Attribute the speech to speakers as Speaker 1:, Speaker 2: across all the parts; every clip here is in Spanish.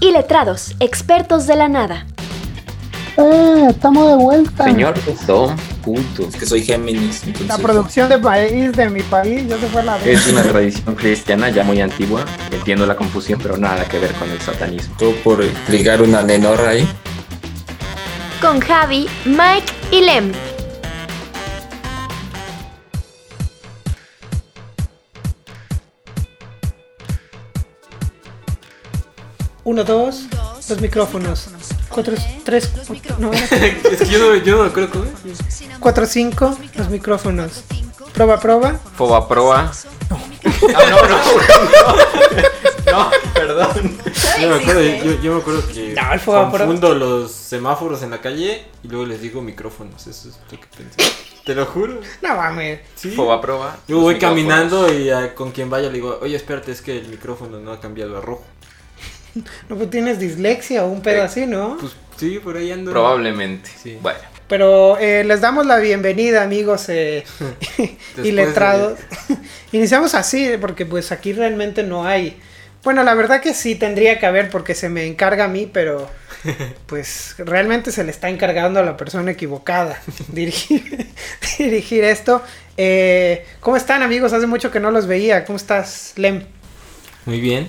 Speaker 1: y letrados, expertos de la nada.
Speaker 2: ¡Eh! Estamos de
Speaker 3: Ah.
Speaker 2: vuelta.
Speaker 4: Señor Don Punto.
Speaker 5: Es que soy Géminis. entonces-
Speaker 2: La producción de país de mi país ya se fue a la
Speaker 4: Es una tradición cristiana ya muy antigua. Entiendo la confusión, pero nada que ver con el satanismo.
Speaker 5: Todo por ligar una nenorra ahí.
Speaker 1: Con Javi, Mike y Lem.
Speaker 3: Uno, dos, los micrófonos. Cuatro, tres, no,
Speaker 6: es que yo no, yo no me acuerdo cómo es.
Speaker 3: cuatro, cinco, los micrófonos. Proba, proba.
Speaker 4: Foba proa. Ah, no, no, no. No, perdón.
Speaker 6: Yo me acuerdo, yo, yo me acuerdo que
Speaker 3: No, el fuego afuera.
Speaker 6: confundo los semáforos en la calle y luego les digo micrófonos. Eso es lo que pensé. Te lo juro.
Speaker 3: No mames.
Speaker 6: Sí.
Speaker 4: Foba proa.
Speaker 6: Yo voy caminando y ah, con quien vaya le digo, oye, espérate, es que el micrófono no ha cambiado a rojo.
Speaker 3: No, pues tienes dislexia o un pedo así, ¿no?
Speaker 6: Pues sí, por ahí ando.
Speaker 4: Probablemente.
Speaker 6: Sí.
Speaker 4: Bueno.
Speaker 3: Pero eh, les damos la bienvenida, amigos eh, y
Speaker 6: de-
Speaker 3: letrados. Iniciamos así, porque pues aquí realmente no hay. Bueno, la verdad que sí tendría que haber porque se me encarga a mí, pero pues realmente se le está encargando a la persona equivocada dirigir, dirigir esto. Eh, ¿Cómo están amigos? Hace mucho que no los veía. ¿Cómo estás, Lem?
Speaker 6: Muy bien.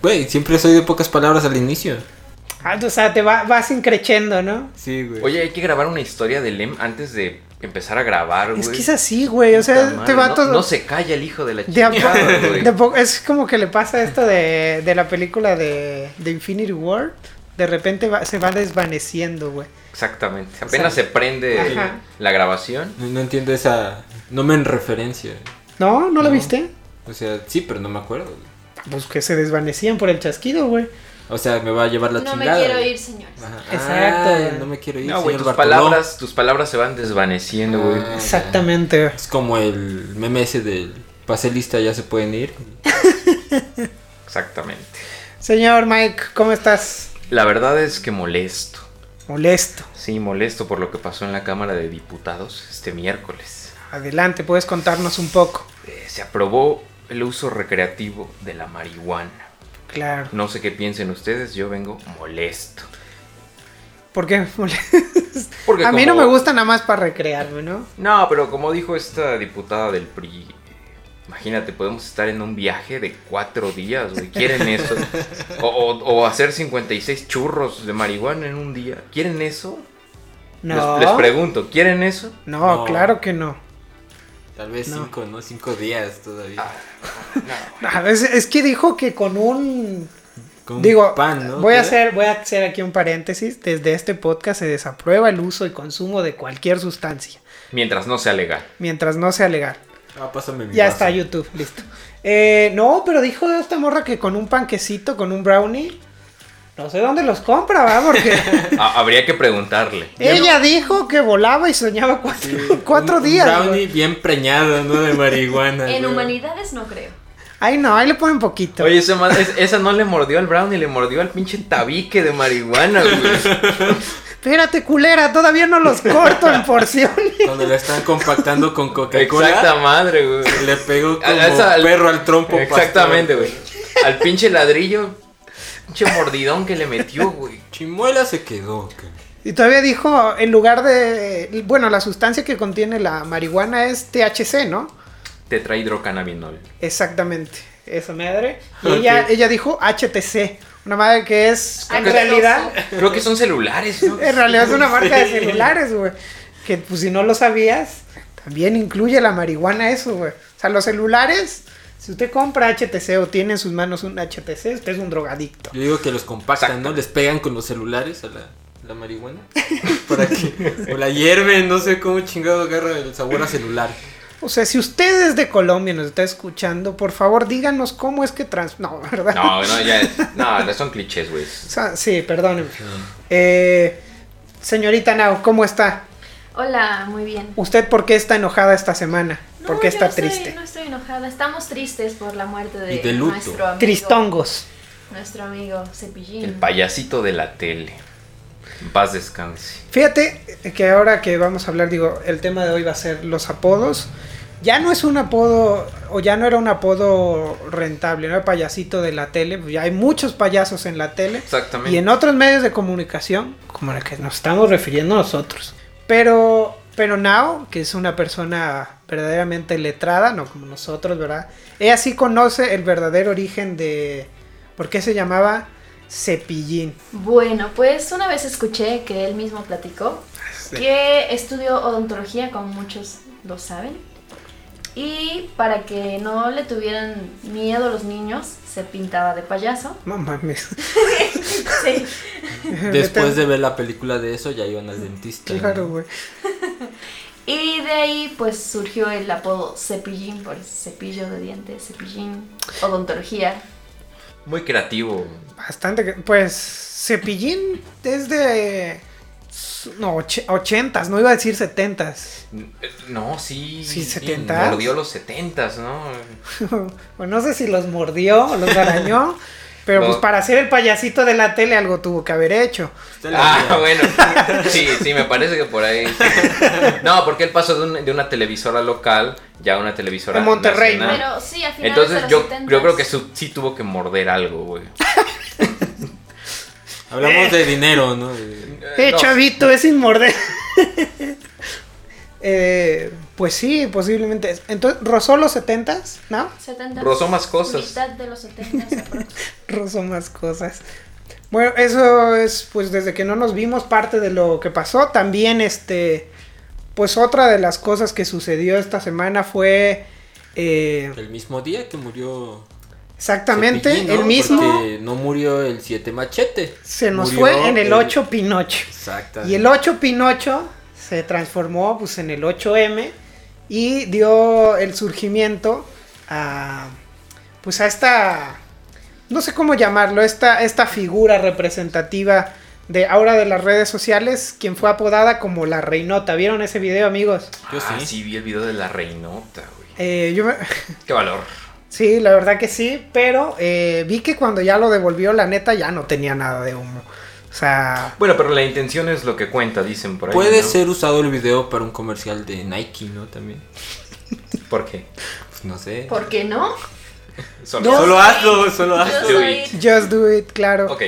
Speaker 6: Güey, siempre soy de pocas palabras al inicio.
Speaker 3: Ah, o sea, te va- vas increchendo, ¿no?
Speaker 6: Sí, güey.
Speaker 4: Oye, hay que grabar una historia de Lem antes de empezar a grabar, güey.
Speaker 3: Es que es así, güey. O sea,
Speaker 4: Puta
Speaker 3: te
Speaker 4: madre,
Speaker 3: va
Speaker 4: no,
Speaker 3: todo...
Speaker 4: no se calla el hijo de la
Speaker 3: De a po-
Speaker 4: chingada, güey.
Speaker 3: de po- es como que le pasa esto de, de la película de, de Infinity War. De repente va- se va desvaneciendo, güey.
Speaker 4: Exactamente. Apenas se prende
Speaker 3: Ajá.
Speaker 4: la grabación.
Speaker 6: No, no entiendo esa... No me en referencia.
Speaker 3: ¿No? ¿No lo
Speaker 6: No.
Speaker 3: viste?
Speaker 6: O sea, sí, pero no me acuerdo. güey.
Speaker 3: Pues que se desvanecían por el chasquido, güey.
Speaker 6: O sea, me va a llevar la
Speaker 7: no
Speaker 6: chingada.
Speaker 7: me quiero
Speaker 6: güey.
Speaker 7: ir, señores.
Speaker 6: Ajá.
Speaker 3: Exacto.
Speaker 6: Ay, no me quiero ir.
Speaker 4: No, güey,
Speaker 6: señor
Speaker 4: tus
Speaker 6: Bartoló.
Speaker 4: palabras, tus palabras se van desvaneciendo, güey.
Speaker 6: Ah,
Speaker 3: Exactamente.
Speaker 6: Es como el meme ese del pasé lista, ya se pueden ir.
Speaker 4: Exactamente.
Speaker 3: Señor Mike, ¿cómo estás?
Speaker 4: La verdad es que molesto.
Speaker 3: Molesto.
Speaker 4: Sí, molesto por lo que pasó en la Cámara de Diputados este miércoles.
Speaker 3: Adelante, puedes contarnos un poco.
Speaker 4: Eh, se aprobó el uso recreativo de la marihuana.
Speaker 3: Claro.
Speaker 4: No sé qué piensen ustedes, yo vengo molesto.
Speaker 3: ¿Por qué?
Speaker 4: Porque
Speaker 3: A mí no
Speaker 4: como-
Speaker 3: me gusta nada más para recrearme, ¿no?
Speaker 4: No, pero como dijo esta diputada del PRI, eh, imagínate, podemos estar en un viaje de cuatro días, güey. ¿Quieren eso? O, o- o hacer 56 churros de marihuana en un día. ¿Quieren eso?
Speaker 3: No.
Speaker 4: Les, les pregunto, ¿quieren eso?
Speaker 3: no,
Speaker 6: No.
Speaker 3: claro que no.
Speaker 6: Tal vez
Speaker 3: No.
Speaker 6: cinco, ¿no? Cinco días todavía.
Speaker 4: Ah.
Speaker 3: No, es- es que dijo que con un
Speaker 6: Con
Speaker 3: Digo,
Speaker 6: pan, ¿no?
Speaker 3: voy, a
Speaker 6: ¿Qué?
Speaker 3: hacer, voy a hacer aquí un paréntesis. Desde este podcast se desaprueba el uso y consumo de cualquier sustancia,
Speaker 4: Mientras no sea legal.
Speaker 3: mientras no sea legal.
Speaker 6: Ah, pásame mi
Speaker 3: Ya
Speaker 6: vaso.
Speaker 3: está YouTube, listo. Eh, no, pero dijo esta morra que con un panquecito, con un brownie, no sé dónde los compra, ¿va? Porque
Speaker 4: Ha- habría que preguntarle.
Speaker 3: ella dijo que volaba y soñaba cuatro, cuatro
Speaker 6: Un- un
Speaker 3: días.
Speaker 6: brownie
Speaker 3: güey.
Speaker 6: bien preñado, ¿no? De marihuana.
Speaker 7: En
Speaker 6: güey.
Speaker 7: humanidades no creo.
Speaker 3: Ay, no, ahí le ponen poquito.
Speaker 4: Oye, esa, ma- es- esa no le mordió al brownie, le mordió al pinche tabique de marihuana, güey.
Speaker 3: Espérate, culera, todavía no los corto en porciones.
Speaker 6: Cuando la están compactando con
Speaker 4: Exacta
Speaker 6: Coca-Cola,
Speaker 4: madre, güey.
Speaker 6: le pegó como
Speaker 4: A- a esa-
Speaker 6: perro al trompo.
Speaker 4: Exactamente, güey. Al pinche ladrillo, pinche mordidón que le metió, güey.
Speaker 6: pastor. Chimuela se quedó. güey.
Speaker 3: Y todavía dijo, en lugar de. Bueno, la sustancia que contiene la marihuana es THC, ¿no?
Speaker 4: Tetrahidrocannabinol.
Speaker 3: Exactamente, esa madre. Y ella, ella dijo HTC, una madre que es en
Speaker 7: H dos O.
Speaker 3: realidad,
Speaker 4: Creo que son celulares, ¿no?
Speaker 3: en realidad es una marca de celulares, güey. Que pues si no lo sabías, también incluye la marihuana eso, güey. O sea, los celulares, si usted compra HTC o tiene en sus manos un HTC, usted es un drogadicto.
Speaker 6: Yo digo que los compactan, ¿no? Les pegan con los celulares a la, la marihuana. Para que. O la hierven, no sé cómo chingado agarra el sabor a celular.
Speaker 3: O sea, si usted es de Colombia y nos está escuchando, por favor díganos cómo es que trans... No, ¿verdad?
Speaker 4: No, no, ya. No, son clichés, güey.
Speaker 3: O sea, sí, perdónenme. Eh, señorita Nao, ¿cómo está?
Speaker 7: Hola, muy bien.
Speaker 3: ¿Usted por qué está enojada esta semana?
Speaker 7: No,
Speaker 3: ¿Por qué
Speaker 7: yo
Speaker 3: está
Speaker 7: no estoy-
Speaker 3: triste?
Speaker 7: no estoy enojada. Estamos tristes por la muerte de,
Speaker 6: Y de luto.
Speaker 7: nuestro amigo.
Speaker 3: Cristongos.
Speaker 7: Nuestro amigo Cepillín.
Speaker 4: El payasito de la tele. En paz descanse.
Speaker 3: eh, Fíjate que ahora que vamos a hablar, digo, el tema de hoy va a ser los apodos. ya no es un apodo, o ya no era un apodo rentable, ¿no? El payasito de la tele, pues ya hay muchos payasos en la tele.
Speaker 4: Exactamente.
Speaker 3: Y en otros medios de comunicación, como la que nos estamos refiriendo nosotros. Pero, pero Nao, que es una persona verdaderamente letrada, no como nosotros, ¿verdad? Ella sí conoce el verdadero origen de por qué se llamaba Cepillín.
Speaker 7: Bueno, pues una vez escuché que él mismo platicó que estudió odontología, como muchos lo saben. Y para que no le tuvieran miedo los niños, se pintaba de payaso.
Speaker 3: No mames.
Speaker 7: Sí.
Speaker 6: Después de ver la película de eso, ya iban al dentista.
Speaker 3: Claro, güey.
Speaker 7: Y de ahí pues surgió el apodo cepillín por cepillo de dientes, cepillín, odontología.
Speaker 4: Muy creativo.
Speaker 3: Bastante. que- Pues Cepillín desde. No, och- ochentas, no iba a decir setentas.
Speaker 4: No, sí.
Speaker 3: Sí,
Speaker 4: setenta
Speaker 3: setentas.
Speaker 4: Mordió los 70 ¿no?
Speaker 3: o Pues no sé si los mordió o los arañó. Pero
Speaker 4: No.
Speaker 3: pues para ser el payasito de la tele algo tuvo que haber hecho.
Speaker 6: Está en la
Speaker 4: Ah,
Speaker 6: mía.
Speaker 4: bueno. Sí, sí, me parece que por ahí. No, porque él pasó de, un- de una televisora local ya a una televisora.
Speaker 3: En Monterrey,
Speaker 4: nacional.
Speaker 7: Pero sí, a finales de
Speaker 4: Ah. Entonces
Speaker 7: los
Speaker 4: yo,
Speaker 7: 70s,
Speaker 4: yo creo que su- sí tuvo que morder algo, güey.
Speaker 6: Hablamos de dinero, ¿no? De-
Speaker 3: Eh,
Speaker 4: no.
Speaker 3: chavito, es sin morder. Eh, pues sí, posiblemente. Entonces, ¿rozó los setentas? ¿No?
Speaker 7: 70.
Speaker 4: Rozó más cosas.
Speaker 7: Mitad de los 70 aprox.
Speaker 3: Rozó más cosas. Bueno, eso es pues desde que no nos vimos parte de lo que pasó. También este, pues otra de las cosas que sucedió esta semana fue eh,
Speaker 6: El mismo día que murió.
Speaker 3: exactamente
Speaker 6: Cepillín, ¿no?
Speaker 3: el mismo.
Speaker 6: Porque no murió el 7 machete.
Speaker 3: Se nos
Speaker 6: Murió
Speaker 3: fue en el 8 Pinocho.
Speaker 6: Exactamente.
Speaker 3: Y el 8 Pinocho se transformó pues en el 8M y dio el surgimiento a pues a esta no sé cómo llamarlo, esta esta figura representativa de ahora de las redes sociales, quien fue apodada como la Reinota. ¿Vieron ese video, amigos?
Speaker 6: Yo
Speaker 4: ah,
Speaker 6: sí.
Speaker 4: sí, vi el video de la reinota, güey.
Speaker 3: Eh, yo me-
Speaker 4: Qué valor.
Speaker 3: Sí, la verdad que sí, pero eh, vi que cuando ya lo devolvió, la neta ya no tenía nada de humo. O sea,
Speaker 4: Bueno, pero la intención es lo que cuenta, dicen por ahí.
Speaker 6: Puede
Speaker 4: ¿no?
Speaker 6: ser usado el video para un comercial de Nike, ¿no? También.
Speaker 4: ¿Por qué?
Speaker 6: Pues no sé.
Speaker 7: ¿Por qué no?
Speaker 4: Solo-
Speaker 3: No.
Speaker 6: Solo hazlo, solo hazlo.
Speaker 7: Yo
Speaker 4: Do
Speaker 7: soy
Speaker 4: it.
Speaker 3: just do it, claro.
Speaker 4: Ok.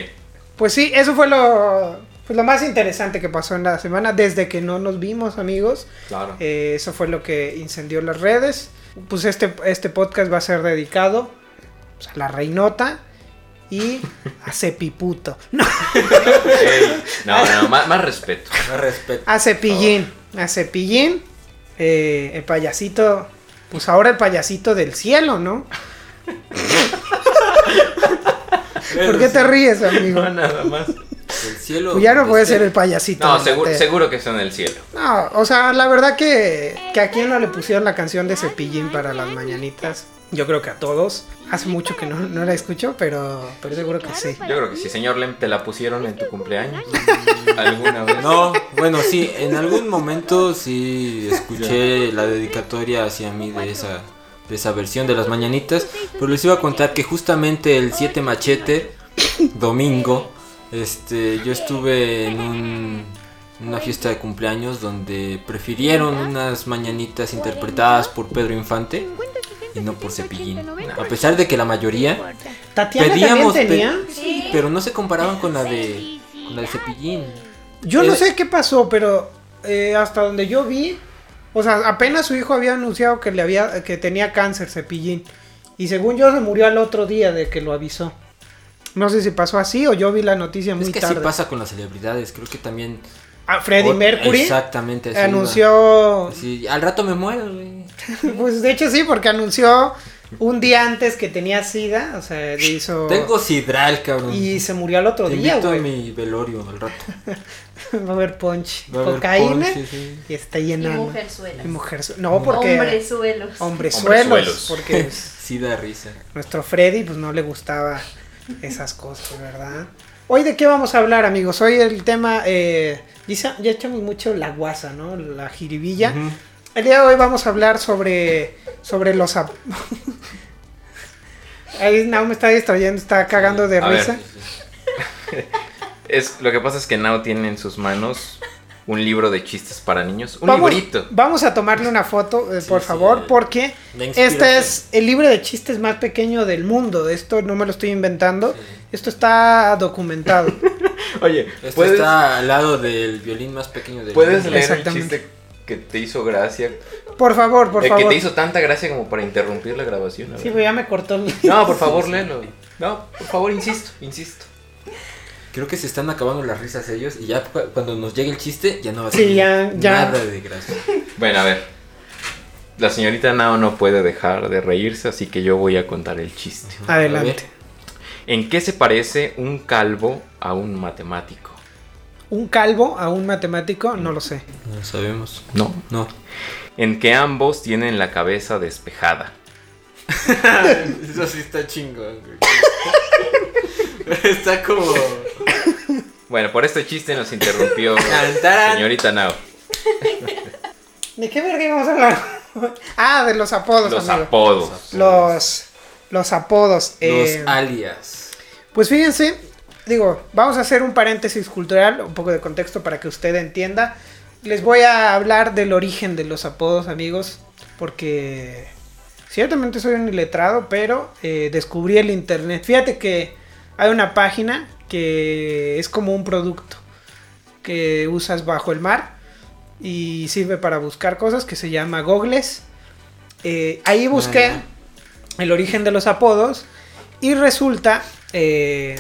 Speaker 3: Pues sí, eso fue lo, pues lo más interesante que pasó en la semana, desde que no nos vimos, amigos.
Speaker 4: Claro.
Speaker 3: Eh, eso fue lo que incendió las redes. Pues este, este podcast va a ser dedicado pues, a la reinota y a Cepiputo. No,
Speaker 4: Ok. No, no, más, más respeto.
Speaker 6: Más respeto.
Speaker 3: a Cepillín. A Cepillín, eh, el payasito, pues ahora el payasito del cielo, ¿no? ¿Por qué te ríes, amigo?
Speaker 4: No, nada más.
Speaker 6: El cielo.
Speaker 3: Pues ya no
Speaker 6: donde
Speaker 3: puede
Speaker 6: esté.
Speaker 3: ser el payasito.
Speaker 4: No,
Speaker 3: de la
Speaker 4: seguro,
Speaker 3: tele.
Speaker 4: seguro que está en el cielo.
Speaker 3: No, o sea, la verdad que, que a quien no le pusieron la canción de Cepillín para las mañanitas. Yo creo que a todos. Hace mucho que no, no la escucho, pero, pero seguro que sí.
Speaker 4: Yo creo que sí, señor Lem, te la pusieron en tu cumpleaños. ¿Alguna vez?
Speaker 6: No, bueno, sí, en algún momento sí escuché la dedicatoria hacia mí de esa, de esa versión de las mañanitas, pero les iba a contar que justamente el 7 machete, domingo, este, yo estuve en un- una fiesta de cumpleaños donde prefirieron unas mañanitas interpretadas por Pedro Infante y no pues, por Cepillín, a pesar de que la mayoría
Speaker 3: Tatiana también
Speaker 6: pedíamos, pe-
Speaker 3: tenía.
Speaker 6: sí, pero no se comparaban con la de, con la de Cepillín.
Speaker 3: Yo no
Speaker 6: eh,
Speaker 3: sé qué pasó, pero eh, hasta donde yo vi, o sea, apenas su hijo había anunciado que le había que tenía cáncer Cepillín y según yo se murió al otro día de que lo avisó. No sé si pasó así o yo vi la noticia muy
Speaker 6: Es que
Speaker 3: tarde.
Speaker 6: así pasa Oh, con las celebridades, creo que también...
Speaker 3: Ah, Freddie
Speaker 6: Ot-
Speaker 3: Mercury
Speaker 6: Exactamente. así
Speaker 3: anunció
Speaker 6: iba. Así, al rato me muero, güey.
Speaker 3: Pues de hecho sí, porque anunció un día antes que tenía sida, o sea, le hizo...
Speaker 6: Tengo sidral, cabrón.
Speaker 3: Oh. Y se murió al otro
Speaker 6: Te
Speaker 3: día,
Speaker 6: invito a
Speaker 3: güey.
Speaker 6: mi velorio al rato.
Speaker 3: Va a haber punch,
Speaker 6: Va a haber
Speaker 3: cocaína
Speaker 6: ponche, sí.
Speaker 3: y está llena.
Speaker 7: y
Speaker 3: ¿no?
Speaker 7: mujer suela.
Speaker 3: Y mujerzu- No, porque...
Speaker 7: Hombres suelos.
Speaker 3: Hombrezuelos,
Speaker 4: Hombrezuelos.
Speaker 3: Porque pues,
Speaker 6: Sí da risa.
Speaker 3: nuestro Freddy pues no le gustaba esas cosas, ¿verdad? Hoy de qué vamos a hablar, amigos. Hoy el tema... Eh, ya, ya echamos mucho la guasa, ¿no? La jiribilla.
Speaker 6: Ujú.
Speaker 3: El día de hoy vamos a hablar sobre, sobre los... ap- Ahí Nao me está distrayendo, está cagando de
Speaker 4: A ver.
Speaker 3: risa.
Speaker 4: Es, lo que pasa es que Nao tiene en sus manos un libro de chistes para niños. Un
Speaker 3: vamos,
Speaker 4: librito.
Speaker 3: vamos a tomarle una foto, eh,
Speaker 6: Sí,
Speaker 3: por
Speaker 6: sí,
Speaker 3: favor,
Speaker 6: eh,
Speaker 3: porque
Speaker 6: da inspiración.
Speaker 3: este es el libro de chistes más pequeño del mundo. Esto no me lo estoy inventando. Esto está documentado.
Speaker 4: Oye,
Speaker 6: Este
Speaker 4: puedes,
Speaker 6: está al lado del violín más pequeño del
Speaker 4: puedes
Speaker 6: mundo.
Speaker 4: leer el
Speaker 3: Exactamente.
Speaker 4: chiste que te hizo gracia.
Speaker 3: Por favor, por
Speaker 4: el que
Speaker 3: favor.
Speaker 4: te hizo tanta gracia como para interrumpir la grabación. a
Speaker 3: Sí,
Speaker 4: ver.
Speaker 3: güey, ya me cortó el-
Speaker 4: No, por favor, léelo. No, por favor, insisto, insisto.
Speaker 6: Creo que se están acabando las risas ellos y ya cu- cuando nos llegue el chiste ya no va a
Speaker 3: Sí,
Speaker 6: tener
Speaker 3: ya- ya.
Speaker 6: nada de gracia.
Speaker 4: Bueno, a ver. La señorita Nao no puede dejar de reírse, así que yo voy a contar el chiste.
Speaker 3: Adelante.
Speaker 4: ¿En qué se parece un calvo a un matemático?
Speaker 3: ¿Un calvo a un matemático? No lo sé.
Speaker 6: No sabemos.
Speaker 4: No.
Speaker 6: No.
Speaker 4: En que ambos tienen la cabeza despejada.
Speaker 6: Eso sí está chingón, güey. está como.
Speaker 4: Bueno, por este chiste nos interrumpió
Speaker 6: Tan, taran.
Speaker 4: señorita Nao.
Speaker 3: ¿De qué verga íbamos a hablar? ah, de los apodos,
Speaker 4: Los
Speaker 3: amigo.
Speaker 4: apodos.
Speaker 3: los, los apodos. eh,
Speaker 6: Los alias.
Speaker 3: Pues fíjense, digo, vamos a hacer un paréntesis cultural, un poco de contexto para que usted entienda. Les voy a hablar del origen de los apodos, amigos, porque ciertamente soy un iletrado, pero eh, descubrí el internet. Fíjate que hay una página que es como un producto que usas bajo el mar y sirve para buscar cosas que se llama Gogles. Eh, ahí busqué
Speaker 6: Ah,
Speaker 3: el origen de los apodos y resulta, eh,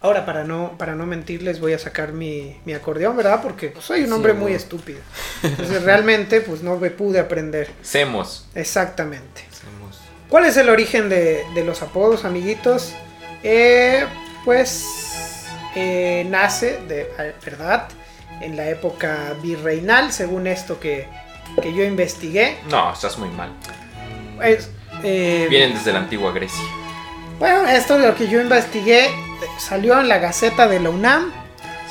Speaker 3: ahora para no, para no mentirles voy a sacar mi, mi acordeón, ¿verdad? Porque pues, soy un
Speaker 6: Sí,
Speaker 3: hombre muy
Speaker 6: bueno.
Speaker 3: estúpido. Entonces realmente pues no me pude aprender
Speaker 4: Semos.
Speaker 3: exactamente.
Speaker 6: Somos-
Speaker 3: ¿Cuál es el origen de, de los apodos, amiguitos? Eh, pues eh, nace, de eh, verdad, en la época virreinal, según esto que, que yo investigué.
Speaker 4: No, estás muy mal.
Speaker 3: Es, eh,
Speaker 4: Vienen desde la antigua Grecia.
Speaker 3: Bueno, esto de lo que yo investigué eh, salió en la Gaceta de la UNAM.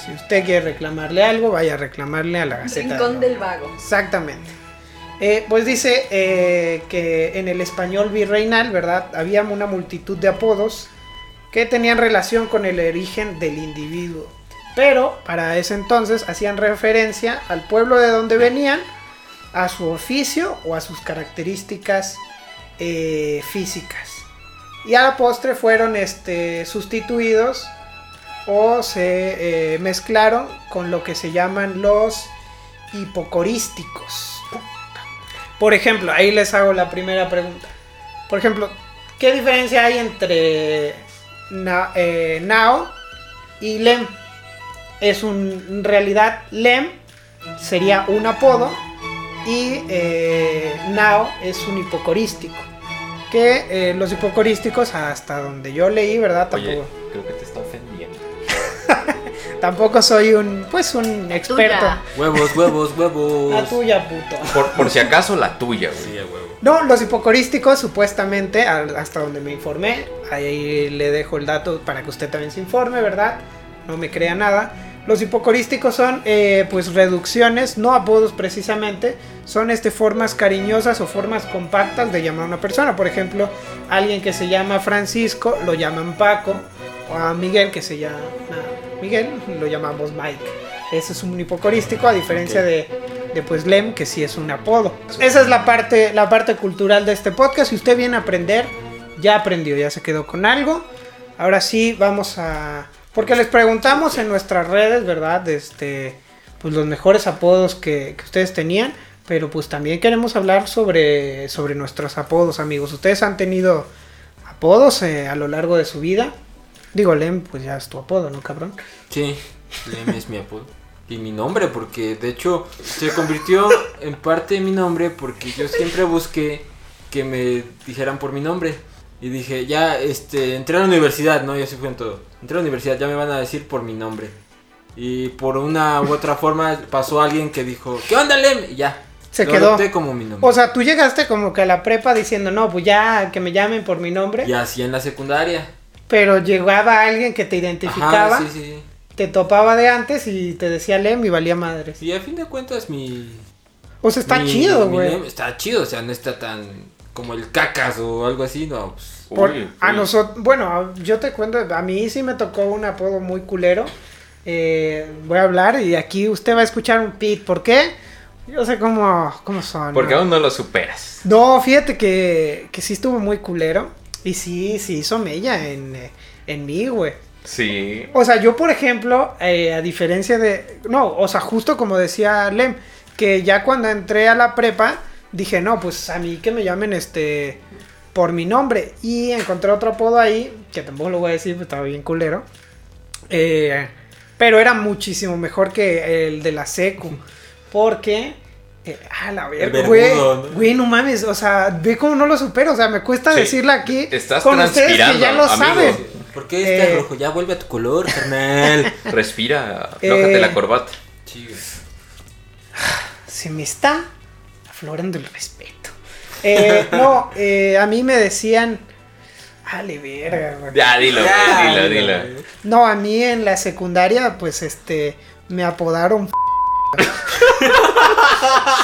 Speaker 3: Si usted quiere reclamarle algo, vaya a reclamarle a la Gaceta. de la
Speaker 7: Rincón
Speaker 3: UNAM.
Speaker 7: del Vago.
Speaker 3: Exactamente. Eh, pues dice eh, que en el español virreinal, ¿verdad? Había una multitud de apodos que tenían relación con el origen del individuo. Pero para ese entonces hacían referencia al pueblo de donde venían, a su oficio o a sus características eh, físicas. Y a la postre fueron este, sustituidos o se eh, mezclaron con lo que se llaman los hipocorísticos. Por ejemplo, ahí les hago la primera pregunta. Por ejemplo, ¿qué diferencia hay entre na- eh, Nao y Lem? Es un, en realidad, Lem sería un apodo y eh, Nao es un hipocorístico. Que eh, los hipocorísticos, hasta donde yo leí, ¿verdad?
Speaker 4: Oye,
Speaker 3: Tampoco,
Speaker 4: creo que te está ofendiendo.
Speaker 3: tampoco soy un, pues, un experto.
Speaker 7: Tuya.
Speaker 6: Huevos, huevos, huevos.
Speaker 3: La tuya, puto.
Speaker 4: Por, por si acaso la tuya, güey.
Speaker 6: Sí, a huevo.
Speaker 3: No, los hipocorísticos, supuestamente, al- hasta donde me informé, ahí le dejo el dato para que usted también se informe, ¿verdad? No me crea nada. Los hipocorísticos son, eh, pues, reducciones, no apodos precisamente, son este, formas cariñosas o formas compactas de llamar a una persona. Por ejemplo, alguien que se llama Francisco lo llaman Paco, o a Miguel que se llama Miguel lo llamamos Mike. Ese es un hipocorístico, a diferencia
Speaker 6: Ok.
Speaker 3: de de pues Lem, que sí es un apodo. Esa es la parte, la parte cultural de este podcast. Si usted viene a aprender, ya aprendió, ya se quedó con algo. Ahora sí, vamos a. Porque les preguntamos en nuestras redes, ¿verdad? Este, pues los mejores apodos que, que ustedes tenían. Pero pues también queremos hablar sobre, sobre nuestros apodos, amigos. ¿Ustedes han tenido apodos eh, a lo largo de su vida? Digo, Lem, pues ya es tu apodo, ¿no, cabrón?
Speaker 6: Sí, Lem es mi apodo. Y mi nombre, porque de hecho se convirtió en parte de mi nombre porque yo siempre busqué que me dijeran por mi nombre. Y dije, ya, este, entré a la universidad, ¿no? Yo sí fui en todo. Entré a la universidad, ya me van a decir por mi nombre. Y por una u otra forma pasó alguien que dijo, ¿qué onda, Lem? Y ya.
Speaker 3: Se
Speaker 6: lo
Speaker 3: quedó.
Speaker 6: adopté como mi nombre.
Speaker 3: O sea, tú llegaste como que a la prepa diciendo, no, pues ya que me llamen por mi nombre.
Speaker 6: y así en la secundaria.
Speaker 3: Pero llegaba alguien que te
Speaker 6: Ajá,
Speaker 3: identificaba,
Speaker 6: sí, sí, sí.
Speaker 3: te topaba de antes y te decía Lem y valía madres.
Speaker 6: Y a fin de cuentas mi,
Speaker 3: O sea, está
Speaker 6: Mi-
Speaker 3: chido,
Speaker 6: mi
Speaker 3: güey.
Speaker 6: lema- Está chido, o sea, no está tan como el cacas o algo así, no. pues,
Speaker 3: Por-
Speaker 4: Uy,
Speaker 3: a
Speaker 4: uy.
Speaker 3: nosotros, bueno, a- yo te cuento, a mí sí me tocó un apodo muy culero. eh, voy a hablar y aquí usted va a escuchar un pit. ¿Por qué? Yo sé cómo, cómo son.
Speaker 4: Porque
Speaker 3: ¿no?
Speaker 4: aún no lo superas.
Speaker 3: No, fíjate que, que sí estuvo muy culero. Y sí, sí hizo mella en, eh, en mí, güey.
Speaker 4: Sí.
Speaker 3: O sea, yo, por ejemplo, eh, a diferencia de. No, o sea, justo como decía Lem, que ya cuando entré a la prepa, dije, no, pues a mí que me llamen este. por mi nombre. Y encontré otro apodo ahí, que tampoco lo voy a decir, pues, estaba bien culero. Eh, pero era muchísimo mejor que el de la secu. Porque. eh, ah, la verga,
Speaker 6: El
Speaker 3: güey.
Speaker 6: verdugo, ¿no?
Speaker 3: Güey, no mames. O sea, ve cómo no lo supero. O sea, me cuesta
Speaker 4: Sí,
Speaker 3: decirle aquí.
Speaker 4: estás
Speaker 3: con ustedes que ya
Speaker 4: transpirando,
Speaker 3: lo
Speaker 4: amigo.
Speaker 3: saben.
Speaker 6: ¿Por qué estás
Speaker 3: Eh.
Speaker 6: rojo? Ya vuelve a tu color, carnal.
Speaker 4: Respira, aflójate
Speaker 3: Eh.
Speaker 4: la corbata.
Speaker 6: Chido.
Speaker 3: se me está aflorando el respeto. Eh, no, eh, a mí me decían. Ale, verga, güey".
Speaker 4: Ya, dilo, güey,
Speaker 6: Ya,
Speaker 4: dilo,
Speaker 6: dilo,
Speaker 4: dilo.
Speaker 6: güey.
Speaker 3: No, a mí en la secundaria, pues este. Me apodaron. f-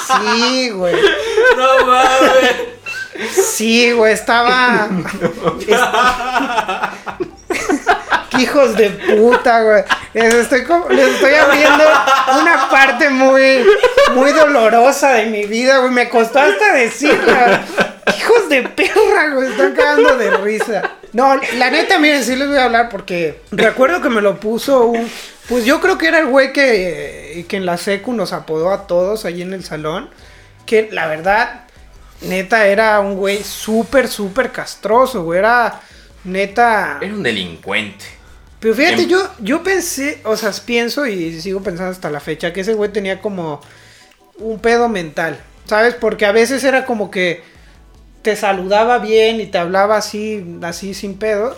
Speaker 3: Sí, güey.
Speaker 6: No mames.
Speaker 3: Sí, güey, estaba. Qué Hijos de puta, güey. Les estoy, como- les estoy abriendo una parte muy, muy dolorosa de mi vida, güey. Me costó hasta decirla. Hijos de perra, güey. Están cagando de risa. No, la neta, miren, sí les voy a hablar porque recuerdo que me lo puso un. Pues yo creo que era el güey que, que en la secu nos apodó a todos allí en el salón. Que la verdad, Neta, era un güey súper, súper castroso, güey. Era neta.
Speaker 4: Era un delincuente.
Speaker 3: Pero fíjate,
Speaker 4: em-
Speaker 3: yo, yo pensé, o sea, pienso y sigo pensando hasta la fecha que ese güey tenía como un pedo mental, ¿sabes? Porque a veces era como que te saludaba bien y te hablaba así, así sin pedo.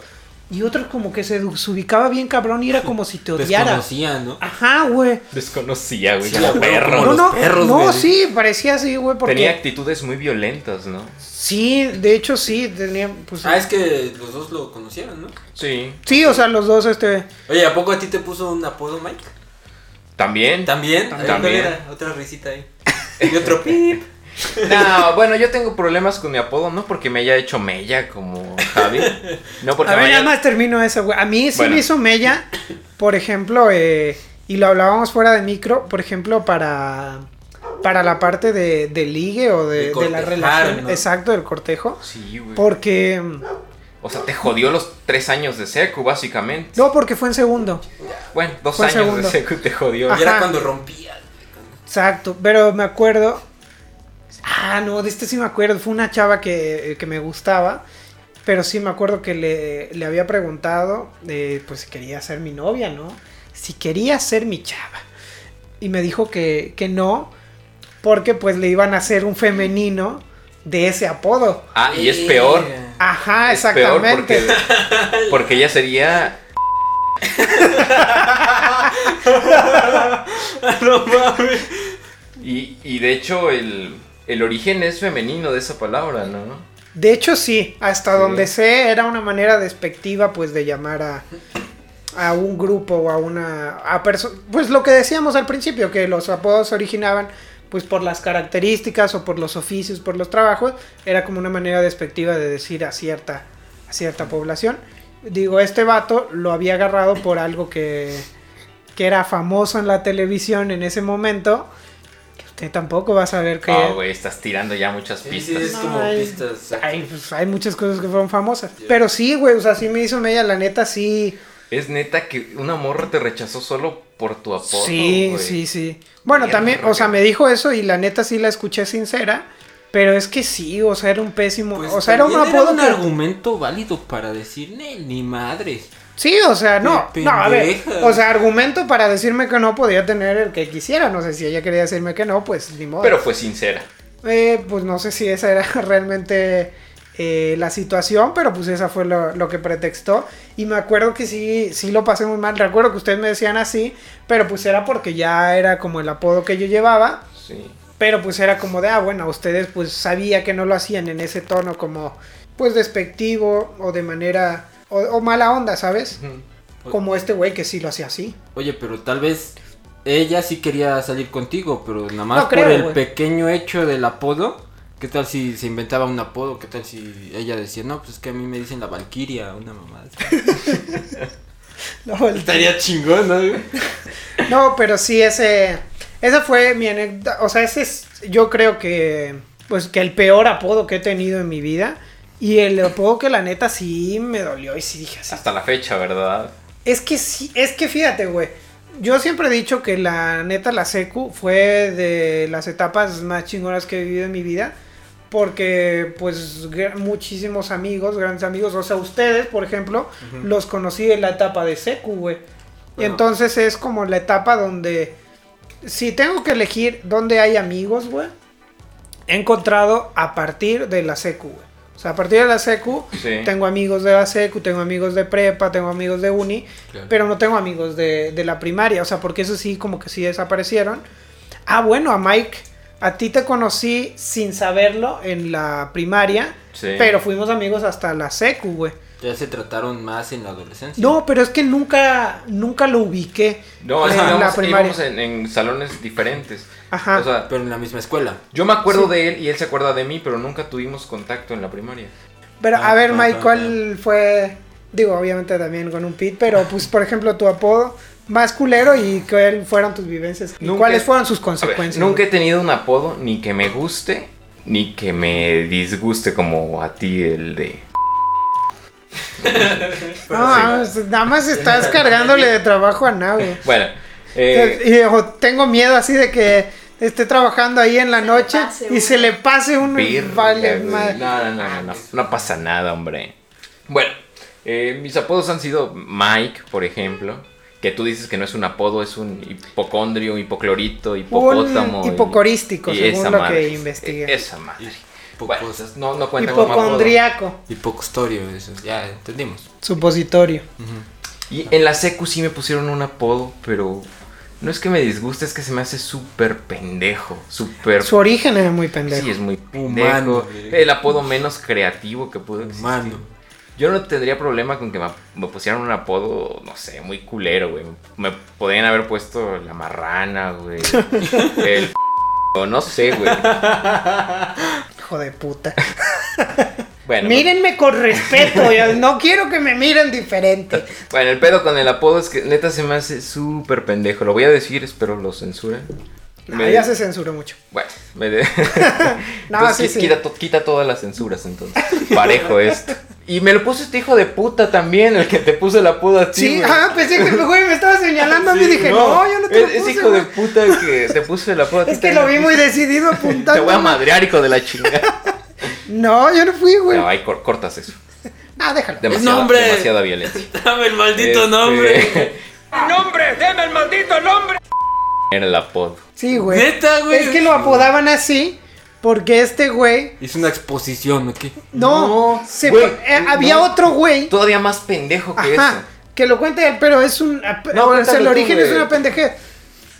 Speaker 3: Y otros como que se ubicaba bien cabrón y era como si te odiara. Ah,
Speaker 6: Desconocía, ¿no?
Speaker 3: Ajá, güey.
Speaker 4: Desconocía, güey.
Speaker 6: Sí,
Speaker 4: la
Speaker 6: güey,
Speaker 4: perro.
Speaker 6: como
Speaker 3: No,
Speaker 6: los
Speaker 3: no,
Speaker 6: perros,
Speaker 3: no,
Speaker 6: güey.
Speaker 3: sí, parecía así, güey, porque...
Speaker 4: Tenía actitudes muy violentas, ¿no?
Speaker 3: Sí, de hecho sí, tenía... Pues,
Speaker 6: Ah, es que los dos lo conocieron, ¿no?
Speaker 4: Sí.
Speaker 3: Sí, o sea, los dos, este...
Speaker 6: Oye, ¿a poco a ti te puso un apodo, Mike?
Speaker 4: ¿También?
Speaker 6: ¿También? A ver, ¿cuál
Speaker 4: También.
Speaker 6: era? Otra risita ahí. Y otro pip.
Speaker 4: No, bueno, yo tengo problemas con mi apodo, no porque me haya hecho mella como Javi. No porque
Speaker 3: a ver,
Speaker 4: me
Speaker 3: nada
Speaker 4: haya...
Speaker 3: más termino eso, güey. A mí sí
Speaker 4: Bueno.
Speaker 3: me hizo mella, por ejemplo, eh, y lo hablábamos fuera de micro, por ejemplo, para, para la parte de, de ligue o de,
Speaker 6: De
Speaker 3: de la
Speaker 6: cortejar,
Speaker 3: relación.
Speaker 6: ¿no?
Speaker 3: Exacto, del cortejo.
Speaker 4: Sí, güey.
Speaker 3: Porque. mm,
Speaker 4: O sea, te jodió los tres años de secu, básicamente.
Speaker 3: No, porque fue en segundo.
Speaker 4: Bueno, dos
Speaker 3: Fue
Speaker 4: años
Speaker 3: segundo. Ah,
Speaker 4: de secu te jodió.
Speaker 3: Ajá.
Speaker 6: Y era cuando rompía.
Speaker 3: Exacto. Pero me acuerdo. Ah, no, de este sí me acuerdo. Fue una chava que, que me gustaba. Pero sí me acuerdo que le, le había preguntado. eh, pues si quería ser mi novia, ¿no? Si quería ser mi chava. Y me dijo que, que no. Porque pues le iban a hacer un femenino de ese apodo.
Speaker 4: Ah, y es peor.
Speaker 3: Ajá,
Speaker 4: Es peor
Speaker 3: Ah, exactamente.
Speaker 4: porque, porque ella sería...
Speaker 6: no mames.
Speaker 4: Y, y de hecho, el, el origen es femenino de esa palabra, ¿no?
Speaker 3: De hecho, sí, hasta
Speaker 4: Sí.
Speaker 3: donde sé, era una manera despectiva, pues, de llamar a, a un grupo o a una. A perso- pues lo que decíamos al principio, que los apodos se originaban, pues, por las características o por los oficios, por los trabajos, era como una manera despectiva de decir a cierta, a cierta población. Digo, este vato lo había agarrado por algo que, que era famoso en la televisión en ese momento. Que usted tampoco va a saber que.
Speaker 4: Ah, güey, estás tirando ya muchas
Speaker 6: Sí, sí,
Speaker 4: pistas.
Speaker 6: es como
Speaker 3: Ay.
Speaker 6: pistas.
Speaker 3: Ay, pues, hay muchas cosas que fueron famosas. Pero sí, güey, o sea, sí me hizo media, la neta, sí.
Speaker 4: Es neta que una morra te rechazó solo por tu apodo.
Speaker 3: sí,
Speaker 4: güey.
Speaker 3: sí, sí. Bueno,
Speaker 4: Mierda,
Speaker 3: también, o
Speaker 4: güey.
Speaker 3: sea, me dijo eso y la neta sí la escuché sincera. Pero es que sí, o sea, era un pésimo.
Speaker 6: Pues
Speaker 3: o sea, era un
Speaker 6: también
Speaker 3: apodo
Speaker 6: un
Speaker 3: que-
Speaker 6: argumento válido para decir, "Ne, ni madre.
Speaker 3: Sí, o sea, no.
Speaker 6: Qué
Speaker 3: No, a ver.
Speaker 6: pendeja.
Speaker 3: O sea, argumento para decirme que no podía tener el que quisiera. No sé si ella quería decirme que no, pues ni modo.
Speaker 4: Pero fue sincera.
Speaker 3: Eh, pues no sé si esa era realmente eh, la situación, pero pues esa fue lo, lo que pretextó. Y me acuerdo que sí, sí lo pasé muy mal. Recuerdo que ustedes me decían así, pero pues era porque ya era como el apodo que yo llevaba.
Speaker 4: Sí.
Speaker 3: Pero pues era como de, ah, bueno, ustedes pues sabía que no lo hacían en ese tono como pues despectivo o de manera o, o mala onda, ¿sabes?
Speaker 4: Ujú.
Speaker 3: Como este güey que sí lo hacía así.
Speaker 6: Oye, pero tal vez ella sí quería salir contigo, pero nada más
Speaker 3: No creo,
Speaker 6: por el
Speaker 3: güey.
Speaker 6: pequeño hecho del apodo. ¿Qué tal si se inventaba un apodo? ¿Qué tal si ella decía, no, pues es que a mí me dicen la Valquiria, una mamada?
Speaker 3: Lo volteé.
Speaker 6: Estaría chingón, ¿no? güey?
Speaker 3: No, pero sí, ese. Esa fue mi anécdota. O sea, ese es. Yo creo que. Pues que el peor apodo que he tenido en mi vida. Y el apodo que la neta sí me dolió. Y sí dije así.
Speaker 4: Hasta la fecha, ¿verdad?
Speaker 3: Es que sí, es que fíjate, güey. Yo siempre he dicho que la neta, la secu fue de las etapas más chingonas que he vivido en mi vida. Porque, pues, gr- muchísimos amigos, grandes amigos, o sea, ustedes, por ejemplo, los conocí en la etapa de secu, güey. Y
Speaker 6: Bueno.
Speaker 3: Entonces es como la etapa donde, si tengo que elegir dónde hay amigos, güey, he encontrado a partir de la secu, güey. O sea, a partir de la secu,
Speaker 4: Sí.
Speaker 3: tengo amigos de la secu, tengo amigos de prepa, tengo amigos de uni,
Speaker 6: Claro.
Speaker 3: pero no tengo amigos de, de la primaria, o sea, porque eso sí, como que sí desaparecieron. Ah, bueno, a Mike, a ti te conocí sin saberlo en la primaria,
Speaker 4: Sí.
Speaker 3: pero fuimos amigos hasta la secu, güey.
Speaker 6: Ya se trataron más en la adolescencia.
Speaker 3: No, pero es que nunca, nunca lo ubiqué
Speaker 4: No,
Speaker 3: en la
Speaker 4: estábamos,
Speaker 3: primaria.
Speaker 4: íbamos en, en salones diferentes.
Speaker 3: Ajá.
Speaker 4: O sea,
Speaker 6: Pero en la misma escuela.
Speaker 4: yo me acuerdo de él y él se acuerda de mí, pero nunca tuvimos contacto en la primaria.
Speaker 3: Pero a
Speaker 6: Ah,
Speaker 3: ver,
Speaker 6: ah,
Speaker 3: Mike,
Speaker 6: ah,
Speaker 3: ¿cuál fue? Digo, obviamente también con un pit, pero pues, por ejemplo, tu apodo más culero y cuáles fueron tus vivencias. ¿Y
Speaker 4: Nunca-
Speaker 3: ¿Cuáles fueron
Speaker 4: A
Speaker 3: sus
Speaker 4: ver,
Speaker 3: consecuencias?
Speaker 4: nunca he
Speaker 3: güey?
Speaker 4: tenido un apodo ni que me guste ni que me disguste como a ti el de...
Speaker 3: No, vamos, nada más estás cargándole de trabajo a Nave.
Speaker 4: Bueno, eh,
Speaker 3: y o, tengo miedo así de que esté trabajando ahí en la
Speaker 7: le
Speaker 3: noche
Speaker 7: pase
Speaker 3: y
Speaker 7: uno.
Speaker 3: se le pase un
Speaker 4: Verga,
Speaker 3: vale
Speaker 4: güey.
Speaker 3: madre.
Speaker 4: No, no, no, no, no, no pasa nada, hombre. Bueno, eh, mis apodos han sido Mike, por ejemplo, que tú dices que no es un apodo, es un hipocondrio, hipoclorito, hipopótamo.
Speaker 3: Un hipocorístico,
Speaker 4: y
Speaker 3: según
Speaker 4: esa
Speaker 3: lo
Speaker 4: madre,
Speaker 3: que investigué.
Speaker 4: e- Esa madre. Bueno,
Speaker 6: Hipocos-
Speaker 4: entonces no, no cuenta como apodo.
Speaker 3: Hipocondriaco,
Speaker 6: Hipocostorio, eso. Ya entendimos.
Speaker 3: supositorio.
Speaker 4: Y en la secu sí me pusieron un apodo, pero no es que me disguste, es que se me hace súper pendejo, súper...
Speaker 3: Su origen era muy pendejo.
Speaker 4: Sí, es muy
Speaker 6: Humano,
Speaker 4: pendejo.
Speaker 6: güey.
Speaker 4: el apodo menos creativo que pudo existir.
Speaker 6: Humano.
Speaker 4: Yo no tendría problema con que me, ap- me pusieran un apodo, no sé, muy culero, güey. Me podían haber puesto la marrana, güey. El o no sé, güey.
Speaker 3: Hijo de puta.
Speaker 4: Bueno,
Speaker 3: Mírenme con respeto, ya, no quiero que me miren diferente.
Speaker 4: bueno, el pedo con el apodo es que neta se me hace súper pendejo. Lo voy a decir, espero lo censuren.
Speaker 3: No,
Speaker 4: Me-
Speaker 3: Ah, ya se censuró mucho.
Speaker 4: Bueno, me de...
Speaker 3: No,
Speaker 4: Entonces,
Speaker 3: sí,
Speaker 4: qui-
Speaker 3: sí.
Speaker 4: Quita, to- quita todas las censuras, entonces. Parejo esto. Y me lo puso este hijo de puta también, el que te puso el apodo a ti.
Speaker 3: Sí,
Speaker 4: güey.
Speaker 3: ah, pensé que güey me estaba señalando a mí.
Speaker 6: Sí,
Speaker 3: Dije, no, yo no te lo
Speaker 4: Es-
Speaker 3: puse,
Speaker 4: Ese hijo de
Speaker 3: güey".
Speaker 4: puta que te puso el apodo a ti.
Speaker 3: Es que
Speaker 4: también
Speaker 3: lo vi
Speaker 4: me
Speaker 3: muy
Speaker 4: puso-
Speaker 3: decidido
Speaker 4: Te voy a
Speaker 3: apuntando.
Speaker 4: madrear, hijo de la chingada.
Speaker 3: No, yo no fui, güey.
Speaker 4: No, ahí cor- cortas eso.
Speaker 3: Ah, déjalo.
Speaker 4: Demasiada,
Speaker 6: nombre.
Speaker 4: demasiada violencia.
Speaker 6: Dame el maldito
Speaker 4: Este,
Speaker 6: nombre.
Speaker 4: Era el apodo.
Speaker 3: Sí, güey.
Speaker 6: Neta, güey.
Speaker 3: Es que lo apodaban así porque este güey.
Speaker 6: Hizo una exposición, ¿o ¿qué?
Speaker 3: No, se
Speaker 4: güey,
Speaker 3: pa- eh, había
Speaker 4: no.
Speaker 3: otro güey.
Speaker 4: Todavía más pendejo que
Speaker 3: Ajá.
Speaker 4: eso.
Speaker 3: Que lo cuente él, pero es un. ap-
Speaker 4: No,
Speaker 3: o sea,
Speaker 4: cuéntalo
Speaker 3: el
Speaker 4: tú,
Speaker 3: origen
Speaker 4: güey.
Speaker 3: es una pendejez.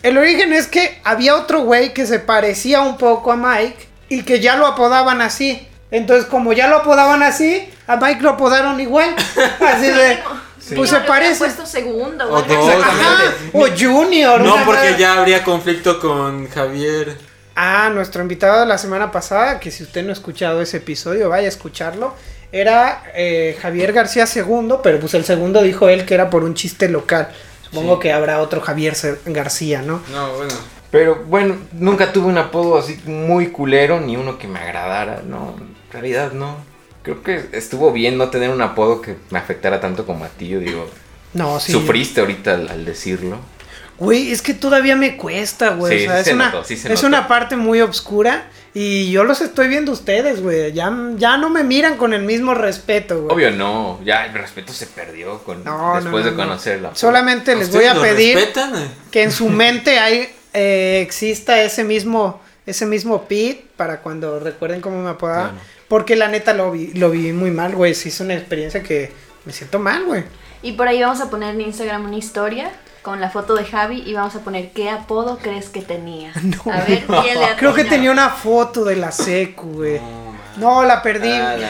Speaker 3: El origen es que había otro güey que se parecía un poco a Mike y que ya lo apodaban así. Entonces, como ya lo apodaban así, a Mike lo apodaron igual. Así de. Pues se
Speaker 7: Yo le hubiera
Speaker 3: parece.
Speaker 7: puesto segundo.
Speaker 6: O
Speaker 7: güey.
Speaker 6: dos.
Speaker 3: Ajá, o Junior.
Speaker 6: No,
Speaker 3: una
Speaker 6: porque
Speaker 3: madre.
Speaker 6: ya habría conflicto con Javier.
Speaker 3: Ah, nuestro invitado de la semana pasada, que si usted no ha escuchado ese episodio, vaya a escucharlo. Era eh, Javier García II, pero pues el segundo dijo él que era por un chiste local. Supongo que habrá otro Javier Ce- García, ¿no?
Speaker 6: No, bueno.
Speaker 4: Pero bueno, nunca tuve un apodo así muy culero, ni uno que me agradara. No, en realidad no. Creo que estuvo bien no tener un apodo que me afectara tanto como a ti. Yo digo,
Speaker 3: No, Oh, sí.
Speaker 4: sufriste ahorita al, al decirlo.
Speaker 3: Güey, es que todavía me cuesta, güey.
Speaker 4: Sí,
Speaker 3: o sea,
Speaker 4: sí
Speaker 3: es
Speaker 4: se
Speaker 3: una,
Speaker 4: notó, sí se
Speaker 3: es
Speaker 4: notó.
Speaker 3: una parte muy oscura y yo los estoy viendo ustedes, güey. Ya, ya no me miran con el mismo respeto, güey.
Speaker 4: Obvio no, ya el respeto se perdió con,
Speaker 3: Pues- No,
Speaker 4: después
Speaker 3: no,
Speaker 4: de
Speaker 3: no, no.
Speaker 4: conocerla.
Speaker 3: Solamente les voy a
Speaker 6: ¿Ustedes lo
Speaker 3: pedir.
Speaker 6: respetan, eh?
Speaker 3: que en su mente hay, eh, exista ese mismo ese mismo pit para cuando recuerden cómo me apodaba.
Speaker 6: Claro.
Speaker 3: Porque la neta lo, vi, lo viví muy mal, güey. Sí, es una experiencia que me siento mal, güey.
Speaker 7: Y por ahí vamos a poner en Instagram una historia con la foto de Javi y vamos a poner qué apodo crees que tenía. a ver, ¿quién le ha
Speaker 3: Creo que tenía
Speaker 7: acuñado?
Speaker 3: una foto de la secu, güey.
Speaker 6: No, man.
Speaker 3: No, la perdí.
Speaker 4: Ah, la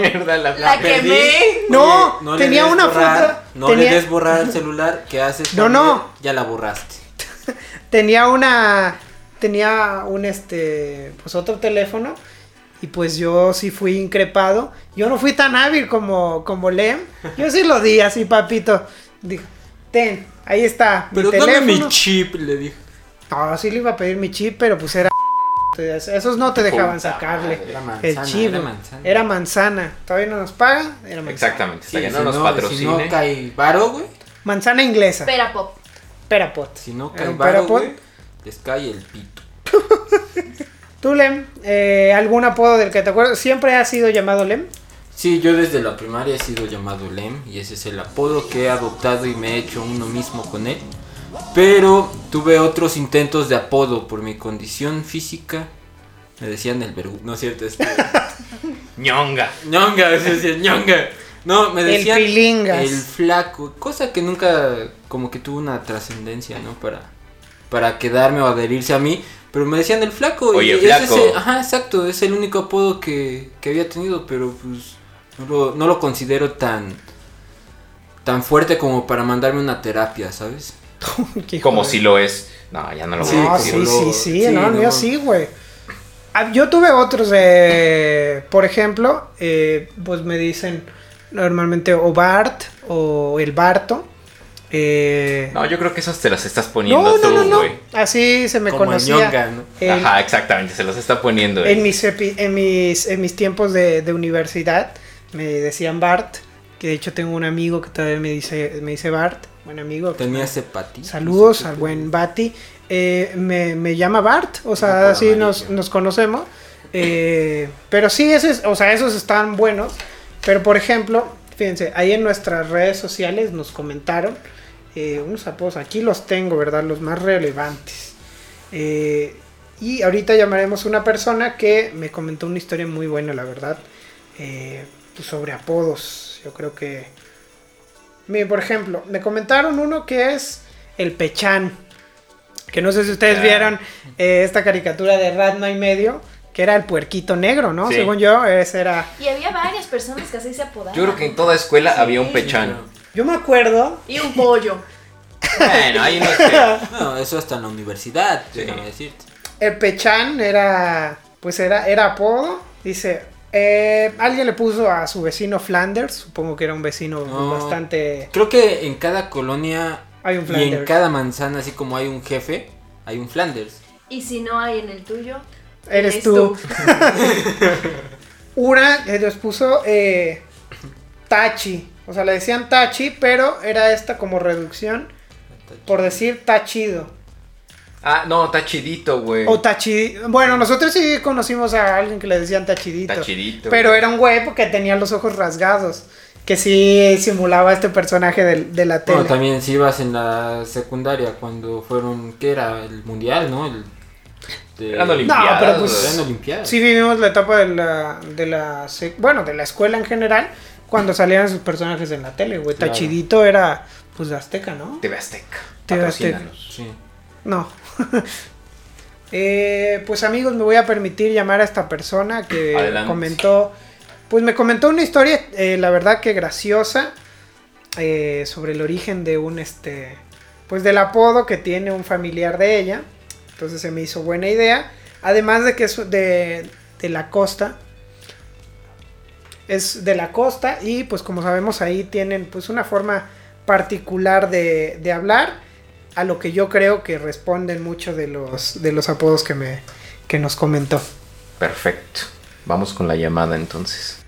Speaker 4: mierda, la-
Speaker 7: La
Speaker 6: perdí.
Speaker 7: quemé.
Speaker 3: No,
Speaker 6: Oye, le
Speaker 3: tenía
Speaker 6: des
Speaker 3: una
Speaker 6: borrar,
Speaker 3: foto.
Speaker 6: No
Speaker 3: tenía,
Speaker 6: le des borrar el celular, ¿qué haces?
Speaker 3: No,
Speaker 6: Javier?
Speaker 3: no.
Speaker 6: Ya la borraste.
Speaker 3: tenía una tenía un este pues otro teléfono y pues yo sí fui increpado yo no fui tan hábil como como Lem yo sí lo di así papito Dijo, ten, ahí está. mi
Speaker 6: Pero dame
Speaker 3: teléfono".
Speaker 6: mi chip, le dije.
Speaker 3: No, sí le iba a pedir mi chip, pero pues era. entonces, Esos no te dejaban
Speaker 4: Puta
Speaker 3: sacarle
Speaker 4: madre.
Speaker 2: La
Speaker 3: el
Speaker 2: manzana,
Speaker 3: chip.
Speaker 6: era ah, manzana.
Speaker 3: Era manzana. Todavía no nos paga. Era manzana.
Speaker 4: Exactamente, hasta que no
Speaker 6: si
Speaker 4: nos
Speaker 6: Si
Speaker 4: patrocine.
Speaker 6: no cae varo, güey.
Speaker 3: Manzana inglesa.
Speaker 7: Pera pop.
Speaker 3: Perapot.
Speaker 6: Si no
Speaker 3: Era
Speaker 6: cae
Speaker 3: un
Speaker 6: varo,
Speaker 3: perapot.
Speaker 6: güey. Les cae el pito.
Speaker 3: ¿Tú, Lem? eh, ¿Algún apodo del que te acuerdas? ¿Siempre has sido llamado Lem?
Speaker 6: Sí, yo desde la primaria he sido llamado Lem y ese es el apodo que he adoptado y me he hecho uno mismo con él. Pero tuve otros intentos de apodo por mi condición física. Me decían el vergu... No es cierto, este...
Speaker 4: Ñonga.
Speaker 6: ñonga, me decían ñonga. No, me
Speaker 3: El
Speaker 6: decían
Speaker 3: pilingas.
Speaker 6: el flaco, cosa que nunca como que tuvo una trascendencia, ¿no? Para, para quedarme o adherirse a mí. Pero me decían el flaco.
Speaker 4: Oye,
Speaker 6: ese es
Speaker 4: flaco.
Speaker 6: el- ajá, exacto. Es el único apodo que, que había tenido, pero pues no lo, no lo considero tan, tan fuerte como para mandarme una terapia, ¿sabes?
Speaker 3: Qué hijo
Speaker 4: Como
Speaker 3: de-
Speaker 4: si lo es. No, ya no lo voy a
Speaker 3: No,
Speaker 4: decir.
Speaker 3: Ah, sí,
Speaker 6: como
Speaker 3: sí,
Speaker 6: lo-
Speaker 3: sí,
Speaker 6: sí,
Speaker 3: no, el
Speaker 6: no
Speaker 3: mío
Speaker 6: mames.
Speaker 3: sí, güey. Ah, Yo tuve otros de, por ejemplo, eh, pues me dicen normalmente o Bart o el Barto. eh,
Speaker 4: No, yo creo que esas te las estás
Speaker 3: no,
Speaker 4: poniendo
Speaker 3: no,
Speaker 4: tú,
Speaker 3: no, no,
Speaker 4: güey.
Speaker 3: así se me
Speaker 6: Como el
Speaker 3: conocía.
Speaker 6: ñonga, ¿no?
Speaker 3: en-
Speaker 4: Ajá, exactamente, se las está poniendo. él.
Speaker 3: en, mis epi- en, mis, en mis tiempos de, de universidad me decían Bart, que de hecho tengo un amigo que todavía me dice, me dice Bart, buen amigo.
Speaker 6: Tenía ese patito.
Speaker 3: Saludos al buen Bati. Eh, me, me llama Bart, o
Speaker 6: Ah,
Speaker 3: sea,
Speaker 6: por
Speaker 3: así nos,
Speaker 6: amarillo.
Speaker 3: nos conocemos. Eh, pero sí, esos, o sea, esos están buenos. Pero por ejemplo, fíjense, ahí en nuestras redes sociales nos comentaron eh, unos apodos. Aquí los tengo, ¿verdad? Los más relevantes. Eh, y ahorita llamaremos una persona que me comentó una historia muy buena, la verdad, eh, pues, sobre apodos. Yo creo que. Mire, por ejemplo, me comentaron uno que es el Pechán. Que no sé si ustedes
Speaker 4: Ya.
Speaker 3: vieron eh, esta caricatura de Ratma y medio, que era el puerquito negro, ¿no?
Speaker 4: Sí.
Speaker 3: Según yo, ese era.
Speaker 7: Y había varias personas que así se apodaban.
Speaker 4: Yo creo que en toda escuela había un pechán.
Speaker 3: Yo me acuerdo.
Speaker 7: Y un pollo.
Speaker 4: Bueno, ahí no sé.
Speaker 6: No, eso hasta en la universidad, déjame decirte.
Speaker 3: El Pechán era. Pues era, era apodo. Dice. eh, alguien le puso a su vecino Flanders. Supongo que era un vecino
Speaker 6: No.
Speaker 3: bastante.
Speaker 6: Creo que en cada colonia
Speaker 3: Hay un
Speaker 6: Ah. y en
Speaker 3: Flanders.
Speaker 6: cada manzana, así como hay un jefe, hay un Flanders.
Speaker 7: Y si no hay en el tuyo,
Speaker 3: Eres tú. Una que les puso eh, Tachi. O sea, le decían Tachi, pero era esta como reducción por decir Tachido.
Speaker 4: Ah, no, está chidito, güey.
Speaker 3: O Tachi. Bueno, nosotros sí conocimos a alguien que le decían Tachidito.
Speaker 4: Está chidito.
Speaker 3: Pero
Speaker 4: güey.
Speaker 3: era un güey que tenía los ojos rasgados. Que sí simulaba este personaje del- de, la tele.
Speaker 6: Bueno, también si ibas en la secundaria cuando fueron, ¿qué era? El mundial, ¿no? El, de-
Speaker 4: Eran
Speaker 3: No,
Speaker 4: olimpiadas.
Speaker 3: pero pues-
Speaker 6: Eran
Speaker 4: güey.
Speaker 6: olimpiadas.
Speaker 3: Sí vivimos la etapa de la, de la sec- bueno, de la escuela en general, cuando salían sus personajes en la tele, güey.
Speaker 6: Claro.
Speaker 3: Tachidito era, pues, de Azteca, ¿no?
Speaker 4: TV Azteca.
Speaker 3: TV Azteca.
Speaker 4: patrocínanos.
Speaker 6: Sí.
Speaker 3: No. Eh, pues, amigos, me voy a permitir llamar a esta persona que
Speaker 4: Adelante.
Speaker 3: comentó, pues, me comentó una historia, eh, la verdad que graciosa, eh, sobre el origen de un, este, pues, del apodo que tiene un familiar de ella. Entonces se me hizo buena idea. Además de que es de, de la costa. Es de la costa y pues como sabemos ahí tienen pues una forma particular de, de hablar. A lo que yo creo que responden muchos de los, de los apodos que, me, que nos comentó.
Speaker 4: Perfecto. Vamos con la llamada entonces.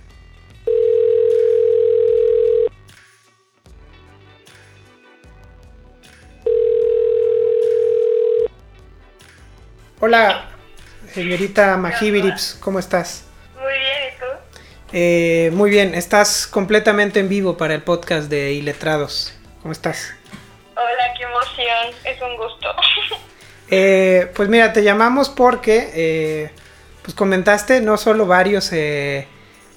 Speaker 3: Hola, señorita Majibirips, ¿cómo estás?
Speaker 8: Muy bien, ¿y tú?
Speaker 3: Eh, muy bien, estás completamente en vivo para el podcast de Iletrados. ¿Cómo estás?
Speaker 8: Hola, qué emoción, es un gusto.
Speaker 3: Eh, pues mira, te llamamos porque eh, pues comentaste no solo varios eh,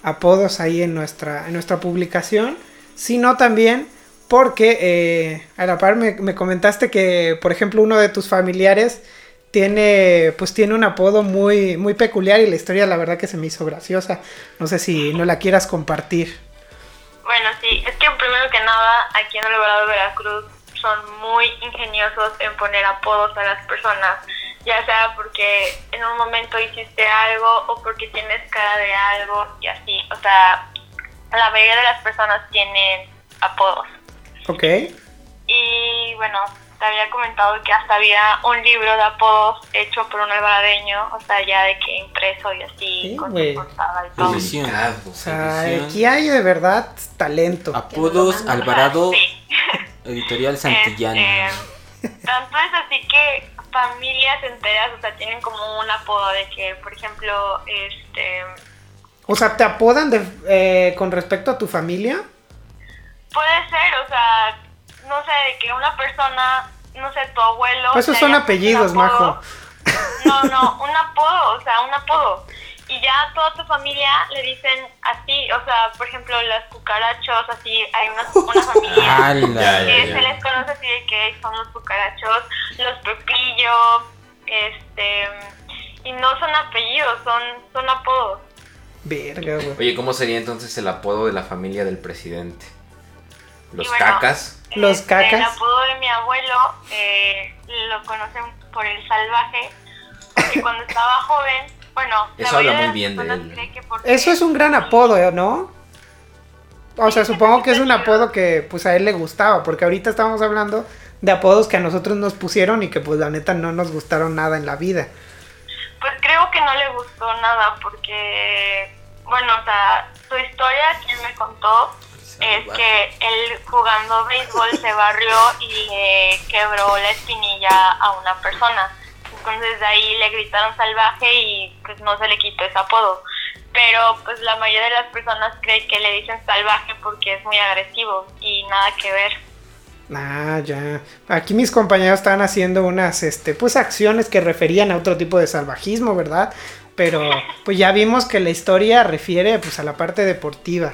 Speaker 3: apodos ahí en nuestra, en nuestra publicación, sino también porque eh, a la par me, me comentaste que, por ejemplo, uno de tus familiares tiene, pues tiene un apodo muy, muy peculiar y la historia la verdad que se me hizo graciosa. No sé si no la quieras compartir.
Speaker 8: Bueno, sí, es que primero que nada, aquí en el Dorado de Veracruz son muy ingeniosos en poner apodos a las personas, ya sea porque en un momento hiciste algo o porque tienes cara de algo y así. O sea, la mayoría de las personas tienen apodos.
Speaker 3: ¿Ok?
Speaker 8: y bueno, te había comentado que hasta había un libro de apodos hecho por un alvaradeño, o sea, ya de que impreso y así,
Speaker 3: Sí,
Speaker 8: con
Speaker 3: güey.
Speaker 8: su portada y todo.
Speaker 6: Sí, sí.
Speaker 4: Delicado.
Speaker 3: O sea,
Speaker 6: Edición.
Speaker 3: aquí hay de verdad talento.
Speaker 6: Apodos
Speaker 8: O sea,
Speaker 6: Alvarado,
Speaker 8: sí.
Speaker 6: editorial Santillana.
Speaker 8: Este, tanto es así que familias enteras, o sea, tienen como un apodo de que, por ejemplo, este,
Speaker 3: O sea, te apodan de- eh, con respecto a tu familia.
Speaker 8: puede ser, o sea, no sé, de que una persona, no sé, tu abuelo.
Speaker 3: Pues esos
Speaker 8: te
Speaker 3: son
Speaker 8: haya puesto un
Speaker 3: apellidos,
Speaker 8: apodo.
Speaker 3: majo.
Speaker 8: No, no, un apodo, o sea, un apodo. Y ya a toda tu familia le dicen así, o sea, por ejemplo, las cucarachos, así, hay una, una familia.
Speaker 6: ¡Hala!
Speaker 8: que se les conoce así de que son los cucarachos, los pepillo, este, y no son apellidos, son, son apodos.
Speaker 3: Verga, güey.
Speaker 4: Oye, ¿cómo sería entonces el apodo de la familia del presidente? Los
Speaker 8: Y bueno,
Speaker 4: cacas.
Speaker 3: Los
Speaker 8: Este, El
Speaker 3: cacas.
Speaker 8: apodo de mi abuelo eh, lo conocen por el salvaje, porque cuando estaba joven, bueno, la
Speaker 4: Eso habla
Speaker 8: mayoría
Speaker 4: muy bien de
Speaker 8: personas
Speaker 4: él.
Speaker 8: cree que porque-
Speaker 3: Eso es un gran apodo, ¿eh? ¿no? O sea, supongo que es un apodo que pues a él le gustaba, porque ahorita estábamos hablando de apodos que a nosotros nos pusieron y que pues la neta no nos gustaron nada en la vida.
Speaker 8: Pues creo que no le gustó nada porque, bueno, o sea, su historia, quien me contó, es que él jugando béisbol se barrió y le quebró la espinilla a una persona. Entonces de ahí le gritaron salvaje y pues no se le quitó ese apodo. Pero pues la mayoría de las personas creen que le dicen salvaje porque es muy agresivo y nada que ver.
Speaker 3: Ah, ya. Aquí mis compañeros estaban haciendo unas, este, pues acciones que referían a otro tipo de salvajismo, ¿verdad? Pero pues ya vimos que la historia refiere pues a la parte deportiva.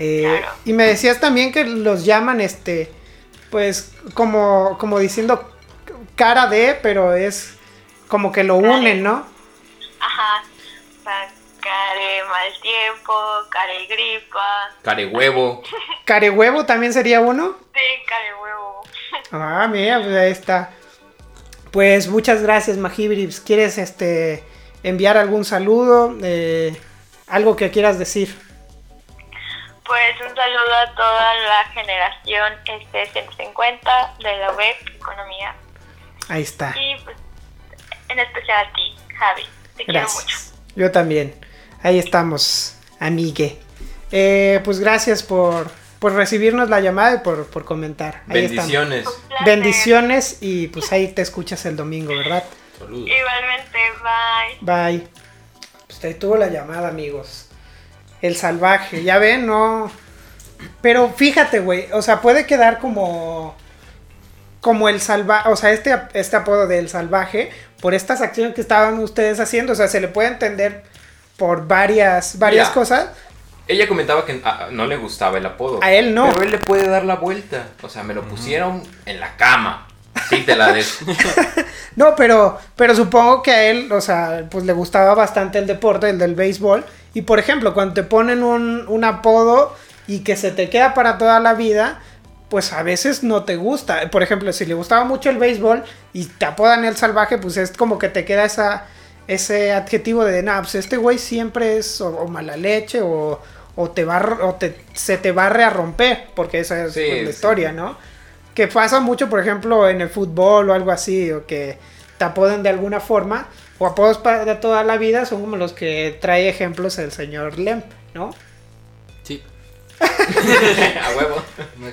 Speaker 3: Eh,
Speaker 8: Claro.
Speaker 3: Y me decías también que los llaman, este, pues como, como diciendo cara de, pero es como que lo unen, ¿no?
Speaker 8: Ajá, o sea, care mal tiempo, care gripa,
Speaker 4: Carehuevo.
Speaker 3: Carehuevo también sería uno.
Speaker 8: sí, care huevo.
Speaker 3: Ah, mira, pues ahí está. Pues muchas gracias, Majibribs. ¿Quieres este enviar algún saludo? Eh, algo que quieras decir.
Speaker 8: Pues un saludo a toda la generación este 150 de la web Economía
Speaker 3: Ahí está.
Speaker 8: y pues en especial a ti, Javi. Te quiero mucho.
Speaker 3: Gracias. Yo también. Ahí estamos, amigue. Eh, pues gracias por, por recibirnos la llamada y por, por comentar. Ahí estamos.
Speaker 4: Bendiciones.
Speaker 8: Un placer.
Speaker 3: Bendiciones y pues ahí te escuchas el domingo, ¿verdad?
Speaker 6: Saludos.
Speaker 8: Igualmente, bye.
Speaker 3: Bye. Usted tuvo la llamada, amigos. El salvaje, ya ven, no. Pero fíjate, güey, o sea, puede quedar como. Como el salvaje, o sea, este, este apodo del salvaje, por estas acciones que estaban ustedes haciendo, o sea, se le puede entender por varias, varias
Speaker 4: Mira.
Speaker 3: cosas.
Speaker 4: Ella comentaba que ah, no le gustaba el apodo.
Speaker 3: A él no.
Speaker 4: Pero él le puede dar la vuelta. O sea, me lo pusieron en la cama. Sí, te la des.
Speaker 3: No, pero, pero supongo que a él, o sea, pues le gustaba bastante el deporte, el del béisbol. Y por ejemplo, cuando te ponen un, un apodo y que se te queda para toda la vida, pues a veces no te gusta. Por ejemplo, si le gustaba mucho el béisbol y te apodan el salvaje, pues es como que te queda esa, ese adjetivo de, nah, pues este güey siempre es o, o mala leche o, o te barre- o te, se te barre a romper, porque esa es
Speaker 4: Sí,
Speaker 3: pues, la
Speaker 4: sí.
Speaker 3: historia, ¿no? que pasa mucho, por ejemplo, en el fútbol o algo así, o que te apoden de alguna forma, o apodos para de toda la vida, son como los que trae ejemplos el señor Lemp, ¿no?
Speaker 6: Sí.
Speaker 4: a huevo.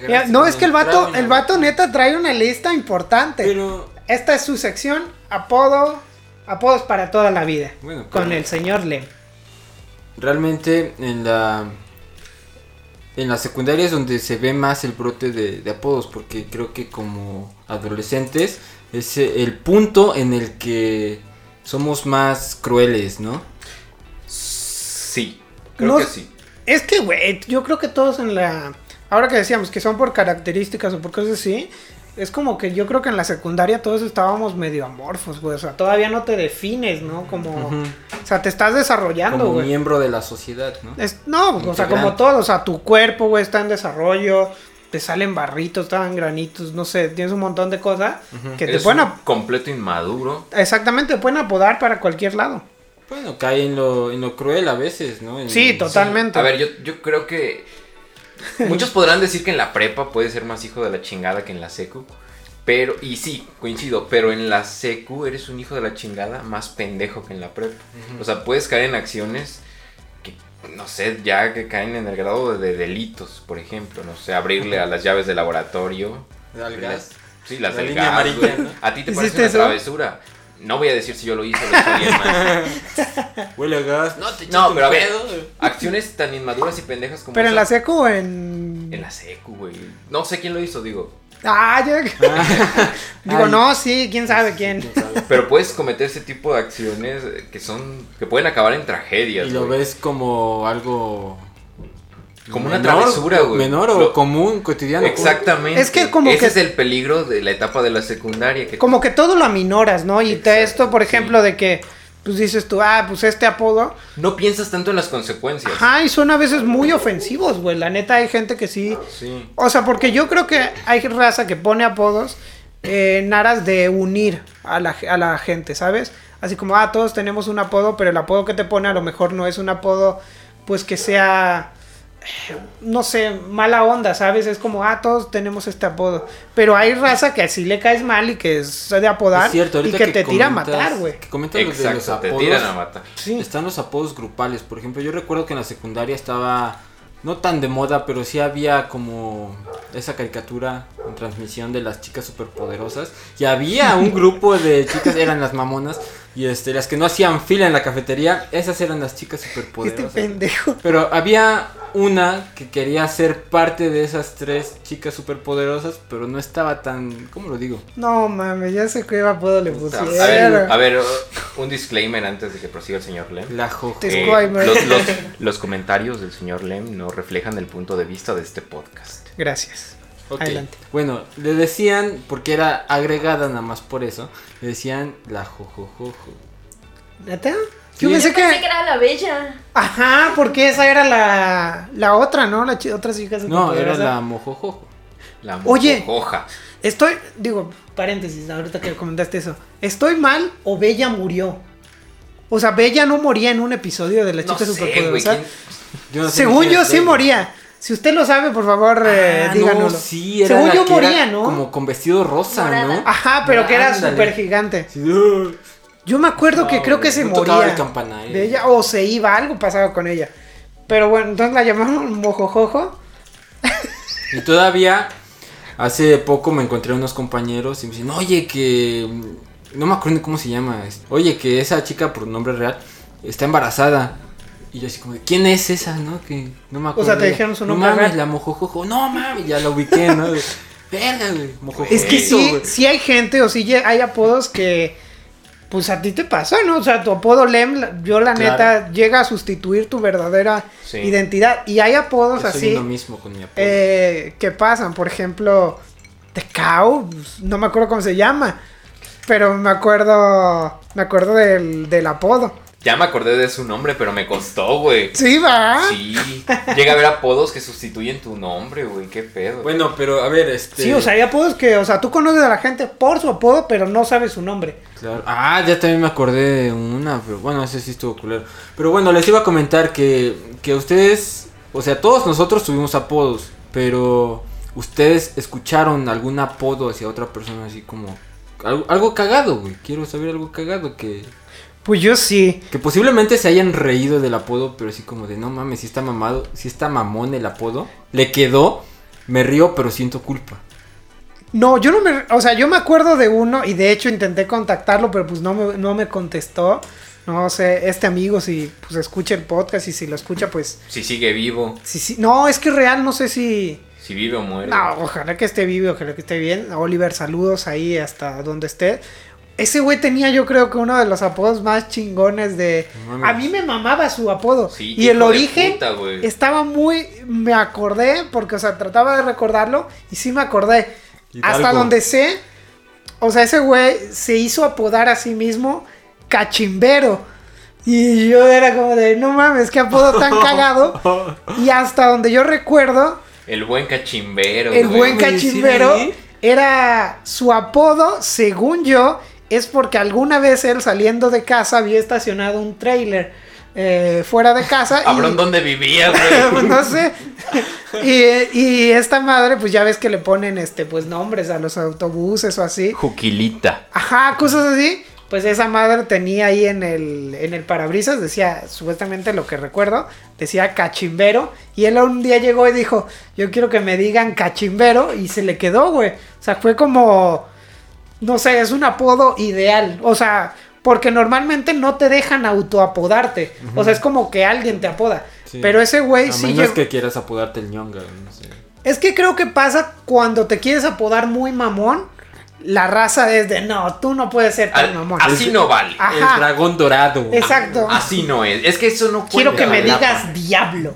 Speaker 3: Mira, no, es que el vato, el vato neta trae una lista importante.
Speaker 6: Pero,
Speaker 3: Esta es su sección, apodo, apodos para toda la vida,
Speaker 6: bueno,
Speaker 3: con
Speaker 6: pero
Speaker 3: el señor Lemp.
Speaker 6: realmente en la. En la secundaria es donde se ve más el brote de, de apodos, porque creo que como adolescentes es eh, el punto en el que somos más crueles, ¿no?
Speaker 4: Sí. Creo
Speaker 3: No-
Speaker 4: que sí.
Speaker 3: Es que, güey, yo creo que todos en la... Ahora que decíamos que son por características o por cosas así, es como que yo creo que en la secundaria todos estábamos medio amorfos, güey. O sea, todavía no te defines, ¿no? Como...
Speaker 6: Ujú.
Speaker 3: O sea, te estás desarrollando,
Speaker 6: Como
Speaker 3: güey.
Speaker 6: miembro de la sociedad, ¿no?
Speaker 3: Es- no, o sea,
Speaker 6: Integrante.
Speaker 3: como todo. O sea, tu cuerpo, güey, está en desarrollo. Te salen barritos, te dan granitos, no sé. Tienes un montón de cosas que te
Speaker 4: Eres
Speaker 3: pueden...
Speaker 4: un
Speaker 3: ap-
Speaker 4: completo inmaduro.
Speaker 3: Exactamente, te pueden apodar para cualquier lado.
Speaker 6: Bueno, cae en lo, en lo cruel a veces, ¿no? En-
Speaker 3: Sí, totalmente.
Speaker 4: A ver, yo, yo creo que. Muchos podrán decir que en la prepa puede ser más hijo de la chingada que en la secu. Pero, y sí, coincido, pero en la secu eres un hijo de la chingada más pendejo que en la prepa. O sea, puedes caer en acciones que, no sé, ya que caen en el grado de delitos, por ejemplo. No sé, abrirle a las llaves del laboratorio.
Speaker 6: Al gas.
Speaker 4: Sí, las
Speaker 6: La
Speaker 4: del
Speaker 6: línea
Speaker 4: gas, güey.
Speaker 6: amarilla, ¿no?
Speaker 4: A ti te
Speaker 3: ¿Hiciste
Speaker 4: parece una
Speaker 3: eso?
Speaker 4: travesura. No voy a decir si yo lo hice o lo hizo alguien más.
Speaker 6: Huele a gas. No,
Speaker 4: No, pero a ver, acciones tan inmaduras y pendejas como
Speaker 3: Pero en
Speaker 4: esa-
Speaker 3: la secu o en...
Speaker 4: en la secu, güey. No sé quién lo hizo, digo.
Speaker 3: Ah, ya... Digo,
Speaker 6: Ay.
Speaker 3: no, sí, quién sabe quién.
Speaker 4: Pero puedes cometer ese tipo de acciones eh, que son que pueden acabar en tragedias.
Speaker 6: Y lo
Speaker 4: güey.
Speaker 6: ves como algo.
Speaker 4: Como una travesura, güey.
Speaker 6: Menor o
Speaker 4: Lo-
Speaker 6: común, cotidiano.
Speaker 4: Exactamente.
Speaker 3: Es que como
Speaker 4: Ese
Speaker 3: que-
Speaker 4: es el peligro de la etapa de la secundaria. Que
Speaker 3: Como que todo lo aminoras, ¿no? Y te,
Speaker 4: Exacto,
Speaker 3: esto, por
Speaker 4: sí.
Speaker 3: ejemplo, de que... Pues dices tú, ah, pues este apodo.
Speaker 4: No piensas tanto en las consecuencias.
Speaker 3: Ajá, y son a veces muy ofensivos, güey. La neta hay gente que sí...
Speaker 4: Sí.
Speaker 3: O sea, porque yo creo que hay raza que pone apodos eh, en aras de unir a la, a la gente, ¿sabes? Así como, ah, todos tenemos un apodo, pero el apodo que te pone a lo mejor no es un apodo, pues que sea, eh, no sé, mala onda, ¿sabes? Es como, ah, todos tenemos este apodo. Pero hay raza que así le caes mal y que es de apodar
Speaker 6: Es cierto,
Speaker 3: y
Speaker 6: ahorita
Speaker 3: que, te tira a
Speaker 6: comentas-
Speaker 3: matar, güey.
Speaker 6: que comentas lo de los
Speaker 4: Exacto, te
Speaker 6: apodos.
Speaker 4: tiran a matar.
Speaker 3: Sí.
Speaker 6: Están los apodos grupales. Por ejemplo, yo recuerdo que en la secundaria estaba no tan de moda, pero sí había como esa caricatura en transmisión de las chicas superpoderosas. Y había un grupo de chicas, eran las mamonas, y este, las que no hacían fila en la cafetería, esas eran las chicas
Speaker 3: Este
Speaker 6: superpoderosas.
Speaker 3: pendejo.
Speaker 6: Pero había una que quería ser parte de esas tres chicas superpoderosas, pero no estaba tan, ¿cómo lo digo?
Speaker 3: No mames, ya sé qué apodo le
Speaker 4: A ver,
Speaker 3: pusieron.
Speaker 4: a ver, un disclaimer antes de que prosiga el señor Lem. Eh,
Speaker 6: La jojo.
Speaker 3: Te- Disclaimer.
Speaker 4: los, los- los comentarios del señor Lem no reflejan el punto de vista de este podcast.
Speaker 3: Gracias.
Speaker 6: Ok.
Speaker 3: Adelante.
Speaker 6: Bueno, le decían, porque era agregada nada más por eso, le decían la jojojojo.
Speaker 3: ¿Neta? Yo
Speaker 6: Sí.
Speaker 3: pensé
Speaker 7: Yo pensé
Speaker 3: que...
Speaker 7: que era la bella.
Speaker 3: Ajá, porque esa era la, la otra, ¿no? La chi- otra chica
Speaker 6: No, era
Speaker 3: superpoderosa.
Speaker 6: la mojojojo.
Speaker 4: La
Speaker 3: Oye.
Speaker 4: hoja.
Speaker 3: Estoy, digo, paréntesis, ahorita que comentaste eso. ¿Estoy mal o Bella murió? O sea, Bella no moría en un episodio de la
Speaker 4: No sé,
Speaker 3: chica
Speaker 4: güey.
Speaker 3: superpoderosa.
Speaker 4: ¿quién-
Speaker 6: Yo no sé
Speaker 3: Según
Speaker 6: ni quién
Speaker 3: yo
Speaker 6: es
Speaker 3: sí
Speaker 6: ella.
Speaker 3: moría. Si usted lo sabe, por favor, eh,
Speaker 6: Ah,
Speaker 3: díganoslo.
Speaker 6: no, sí, era
Speaker 3: Según
Speaker 6: la
Speaker 3: yo
Speaker 6: que
Speaker 3: moría,
Speaker 6: era
Speaker 3: ¿no?
Speaker 6: Como con vestido rosa,
Speaker 7: Morada.
Speaker 6: ¿no? Ah,
Speaker 3: Ajá, pero que era
Speaker 6: Ándale.
Speaker 3: súper gigante.
Speaker 6: Sí, uh,
Speaker 3: Yo me acuerdo que
Speaker 6: No,
Speaker 3: creo que
Speaker 6: güey,
Speaker 3: se
Speaker 6: no tocaba
Speaker 3: moría.
Speaker 6: el campanario.
Speaker 3: de ella, o se iba, algo pasaba con ella. Pero bueno, entonces la llamaron mojojojo.
Speaker 6: Y todavía hace poco me encontré unos compañeros y me dicen, oye, que... No me acuerdo ni cómo se llama. es- Oye, que esa chica por nombre real está embarazada. Y yo así como, de, ¿quién es esa? ¿No? Que no me acuerdo.
Speaker 3: sea, te
Speaker 6: de-
Speaker 3: dijeron su nombre
Speaker 6: No mames,
Speaker 3: real".
Speaker 6: la mojojojo. No mames, ya la ubiqué, ¿no? De, Verga, güey. mojojojo".
Speaker 3: Es que
Speaker 6: Eso,
Speaker 3: sí,
Speaker 6: güey.
Speaker 3: sí hay gente o sí lle- hay apodos que pues a ti te pasó, ¿no? O sea, tu apodo Lem, la- yo la
Speaker 6: Claro.
Speaker 3: neta, llega a sustituir tu verdadera
Speaker 4: Sí.
Speaker 3: identidad. Y hay apodos
Speaker 6: Yo soy
Speaker 3: así
Speaker 6: lo mismo con mi apodo.
Speaker 3: eh, que pasan, por ejemplo, Tecao, pues, no me acuerdo cómo se llama, pero me acuerdo, me acuerdo del, del apodo.
Speaker 4: Ya me acordé de su nombre, pero me costó, güey.
Speaker 3: Sí, va.
Speaker 4: Sí. Llega a haber apodos que sustituyen tu nombre, güey. Qué pedo.
Speaker 6: Bueno, pero a ver, este...
Speaker 3: Sí, o sea, hay apodos que, o sea, tú conoces a la gente por su apodo, pero no sabes su nombre.
Speaker 6: Claro. Ah, ya también me acordé de una, pero bueno, ese sí estuvo culero. Pero bueno, les iba a comentar que, que ustedes, o sea, todos nosotros tuvimos apodos, pero ustedes escucharon algún apodo hacia otra persona así como... Algo, algo cagado, güey. Quiero saber algo cagado que,
Speaker 3: Pues yo sí.
Speaker 6: que posiblemente se hayan reído del apodo, pero así como de no mames, si está mamado, si está mamón el apodo, le quedó, me río, pero siento culpa.
Speaker 3: No, yo no me. O sea, yo me acuerdo de uno y de hecho intenté contactarlo, pero pues no me, no me contestó. No sé, este amigo, si pues escucha el podcast y si lo escucha, pues.
Speaker 4: Si sigue vivo,
Speaker 3: Sí, sí. No, es que real, no sé si.
Speaker 4: si vive o muere.
Speaker 3: No, ojalá que esté vivo, ojalá que esté bien. Oliver, saludos ahí hasta donde esté. Ese güey tenía, yo creo que uno de los apodos más chingones de.
Speaker 6: No mames.
Speaker 3: A mí me mamaba su apodo.
Speaker 4: Sí,
Speaker 3: y el
Speaker 4: hijo de
Speaker 3: origen
Speaker 4: puta, güey.
Speaker 3: estaba muy. Me acordé, porque, o sea, trataba de recordarlo y sí me acordé.
Speaker 6: Hidalgo.
Speaker 3: Hasta donde sé, o sea, ese güey se hizo apodar a sí mismo Cachimbero. Y yo era como de, no mames, qué apodo tan cagado. Y hasta donde yo recuerdo,
Speaker 4: El buen cachimbero.
Speaker 3: el
Speaker 4: güey.
Speaker 3: buen
Speaker 6: güey,
Speaker 3: cachimbero
Speaker 6: sí, ¿eh?
Speaker 3: era su apodo, según yo, es porque alguna vez él saliendo de casa había estacionado un trailer. eh, fuera de casa. y-
Speaker 4: Cabrón, ¿dónde vivías, güey?
Speaker 3: pues no sé. Y, y esta madre, pues ya ves que le ponen este, pues nombres a los autobuses o así.
Speaker 4: Juquilita.
Speaker 3: Ajá, cosas así. Pues esa madre tenía ahí en el, en el parabrisas, decía, supuestamente lo que recuerdo, decía cachimbero. Y él un día llegó y dijo, yo quiero que me digan cachimbero. Y se le quedó, güey. O sea, fue como, no sé, es un apodo ideal. O sea, porque normalmente no te dejan autoapodarte. O sea, es como que alguien te apoda.
Speaker 6: Sí.
Speaker 3: Pero ese güey
Speaker 6: A
Speaker 3: sí
Speaker 6: menos
Speaker 3: llegó-
Speaker 6: que quieras apodarte el ñonga, no sé.
Speaker 3: es que creo que pasa cuando te quieres apodar muy mamón. La raza es de no, tú no Ah, puedes ser tan
Speaker 4: Al-
Speaker 3: mamón.
Speaker 4: así no vale.
Speaker 3: Ajá.
Speaker 6: El dragón dorado.
Speaker 3: Exacto.
Speaker 4: Ah, Así no es. Es que eso no cuenta.
Speaker 3: Quiero que me
Speaker 4: Jalapa.
Speaker 3: digas diablo.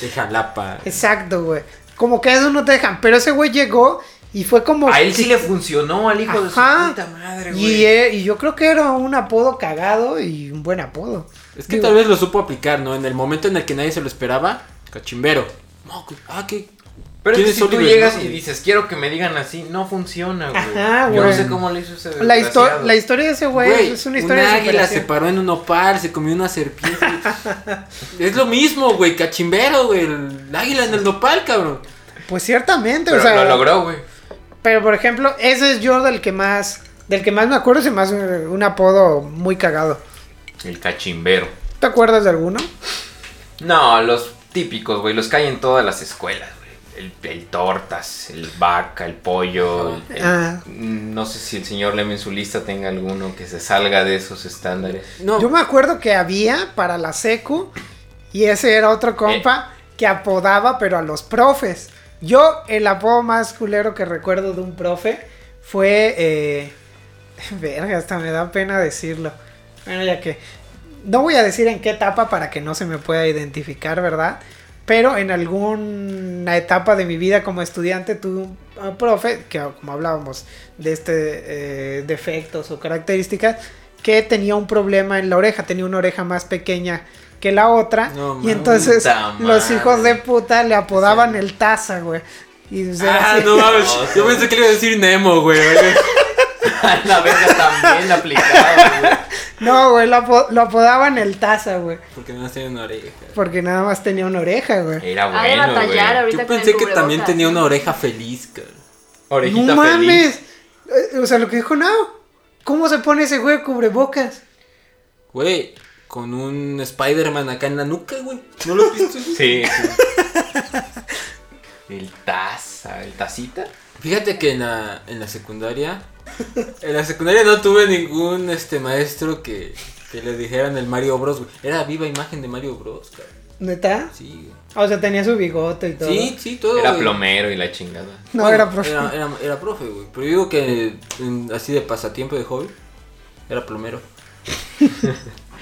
Speaker 6: De Jalapa.
Speaker 3: Exacto, güey. Como que eso no te dejan. Pero ese güey llegó y fue como.
Speaker 4: A él sí le funcionó al hijo de
Speaker 3: Ajá.
Speaker 4: su puta madre,
Speaker 3: Y,
Speaker 4: güey.
Speaker 3: eh, y yo creo que era un apodo cagado y un buen apodo.
Speaker 6: Es que
Speaker 3: Digo,
Speaker 6: tal vez lo supo aplicar, ¿no? En el momento en el que nadie se lo esperaba, cachimbero. No, que- ah, que.
Speaker 4: Pero
Speaker 6: ¿quién
Speaker 4: es que
Speaker 6: es
Speaker 4: si tú
Speaker 6: Oliver
Speaker 4: llegas
Speaker 6: North?
Speaker 4: y dices, quiero que me digan así, no funciona, güey.
Speaker 3: Ajá,
Speaker 4: Yo no
Speaker 3: güey.
Speaker 4: sé cómo le hizo ese
Speaker 3: La, histo-
Speaker 4: desgraciado.
Speaker 3: la historia de ese güey,
Speaker 6: Güey,
Speaker 3: Pues, es una historia de
Speaker 6: águila se
Speaker 3: superación.
Speaker 6: paró en un opal, se comió una serpiente. es lo mismo, güey, cachimbero, güey. El águila en el nopal, cabrón.
Speaker 3: Pues ciertamente,
Speaker 4: Pero
Speaker 3: o sea.
Speaker 4: lo logró, güey.
Speaker 3: Pero por ejemplo, ese es yo del que más. Del que más me acuerdo, se me hace un apodo muy cagado.
Speaker 4: El cachimbero.
Speaker 3: ¿Te acuerdas de alguno?
Speaker 4: No, los típicos, güey. Los que hay en todas las escuelas, güey. El, el tortas, el vaca, el pollo. el- el-
Speaker 3: Ah.
Speaker 4: Mm, No sé si el señor Lem en su lista tenga alguno que se salga de esos estándares.
Speaker 6: No,
Speaker 3: Yo me acuerdo que había para la secu y ese era otro compa que apodaba pero a los profes. Yo el apodo más culero que recuerdo de un profe fue... eh, verga, hasta me da pena decirlo. Bueno, ya que... No voy a decir en qué etapa para que no se me pueda identificar, ¿verdad? Pero en alguna etapa de mi vida como estudiante tuve un uh, profe, que como hablábamos de este eh, defectos o características, que tenía un problema en la oreja, tenía una oreja más pequeña que la otra. y
Speaker 6: No mames.
Speaker 3: entonces
Speaker 4: Puta
Speaker 3: los
Speaker 4: madre.
Speaker 3: hijos de puta le apodaban el taza, güey. Y o sea,
Speaker 6: Ah,
Speaker 3: así-
Speaker 6: no mames. Yo pensé que le iba a decir Nemo, güey.
Speaker 4: A la verga también aplicado, güey.
Speaker 3: no, güey, lo, apo- lo apodaban el taza, güey.
Speaker 6: Porque no tiene una oreja.
Speaker 3: Porque nada más tenía una oreja, güey.
Speaker 4: Era
Speaker 7: Ha de
Speaker 4: bueno, güey.
Speaker 7: batallar ahorita
Speaker 6: Yo
Speaker 7: con el
Speaker 6: pensé que también
Speaker 7: cubrebocas.
Speaker 6: tenía una oreja feliz, cabrón.
Speaker 4: Orejita
Speaker 3: No mames.
Speaker 4: feliz.
Speaker 3: Eh, O sea, lo que dijo Nao. ¿Cómo se pone ese güey cubrebocas?
Speaker 6: Güey, con un Spider-Man acá en la nuca, güey. ¿No lo has visto?
Speaker 4: Sí. sí. el taza, el tacita.
Speaker 6: Fíjate que en la, en la secundaria. En la secundaria no tuve ningún este maestro que, que le dijeran el Mario Bros, güey. Era viva imagen de Mario Bros, cabrón.
Speaker 3: ¿Neta?
Speaker 6: Sí, güey.
Speaker 3: O sea, tenía su bigote y todo.
Speaker 6: Sí, sí, todo.
Speaker 4: Era
Speaker 6: güey.
Speaker 4: plomero y la chingada.
Speaker 3: No
Speaker 6: Bueno,
Speaker 3: era profe.
Speaker 6: Era, era- era profe, güey. Pero yo digo que en- así de pasatiempo de hobby, era plomero.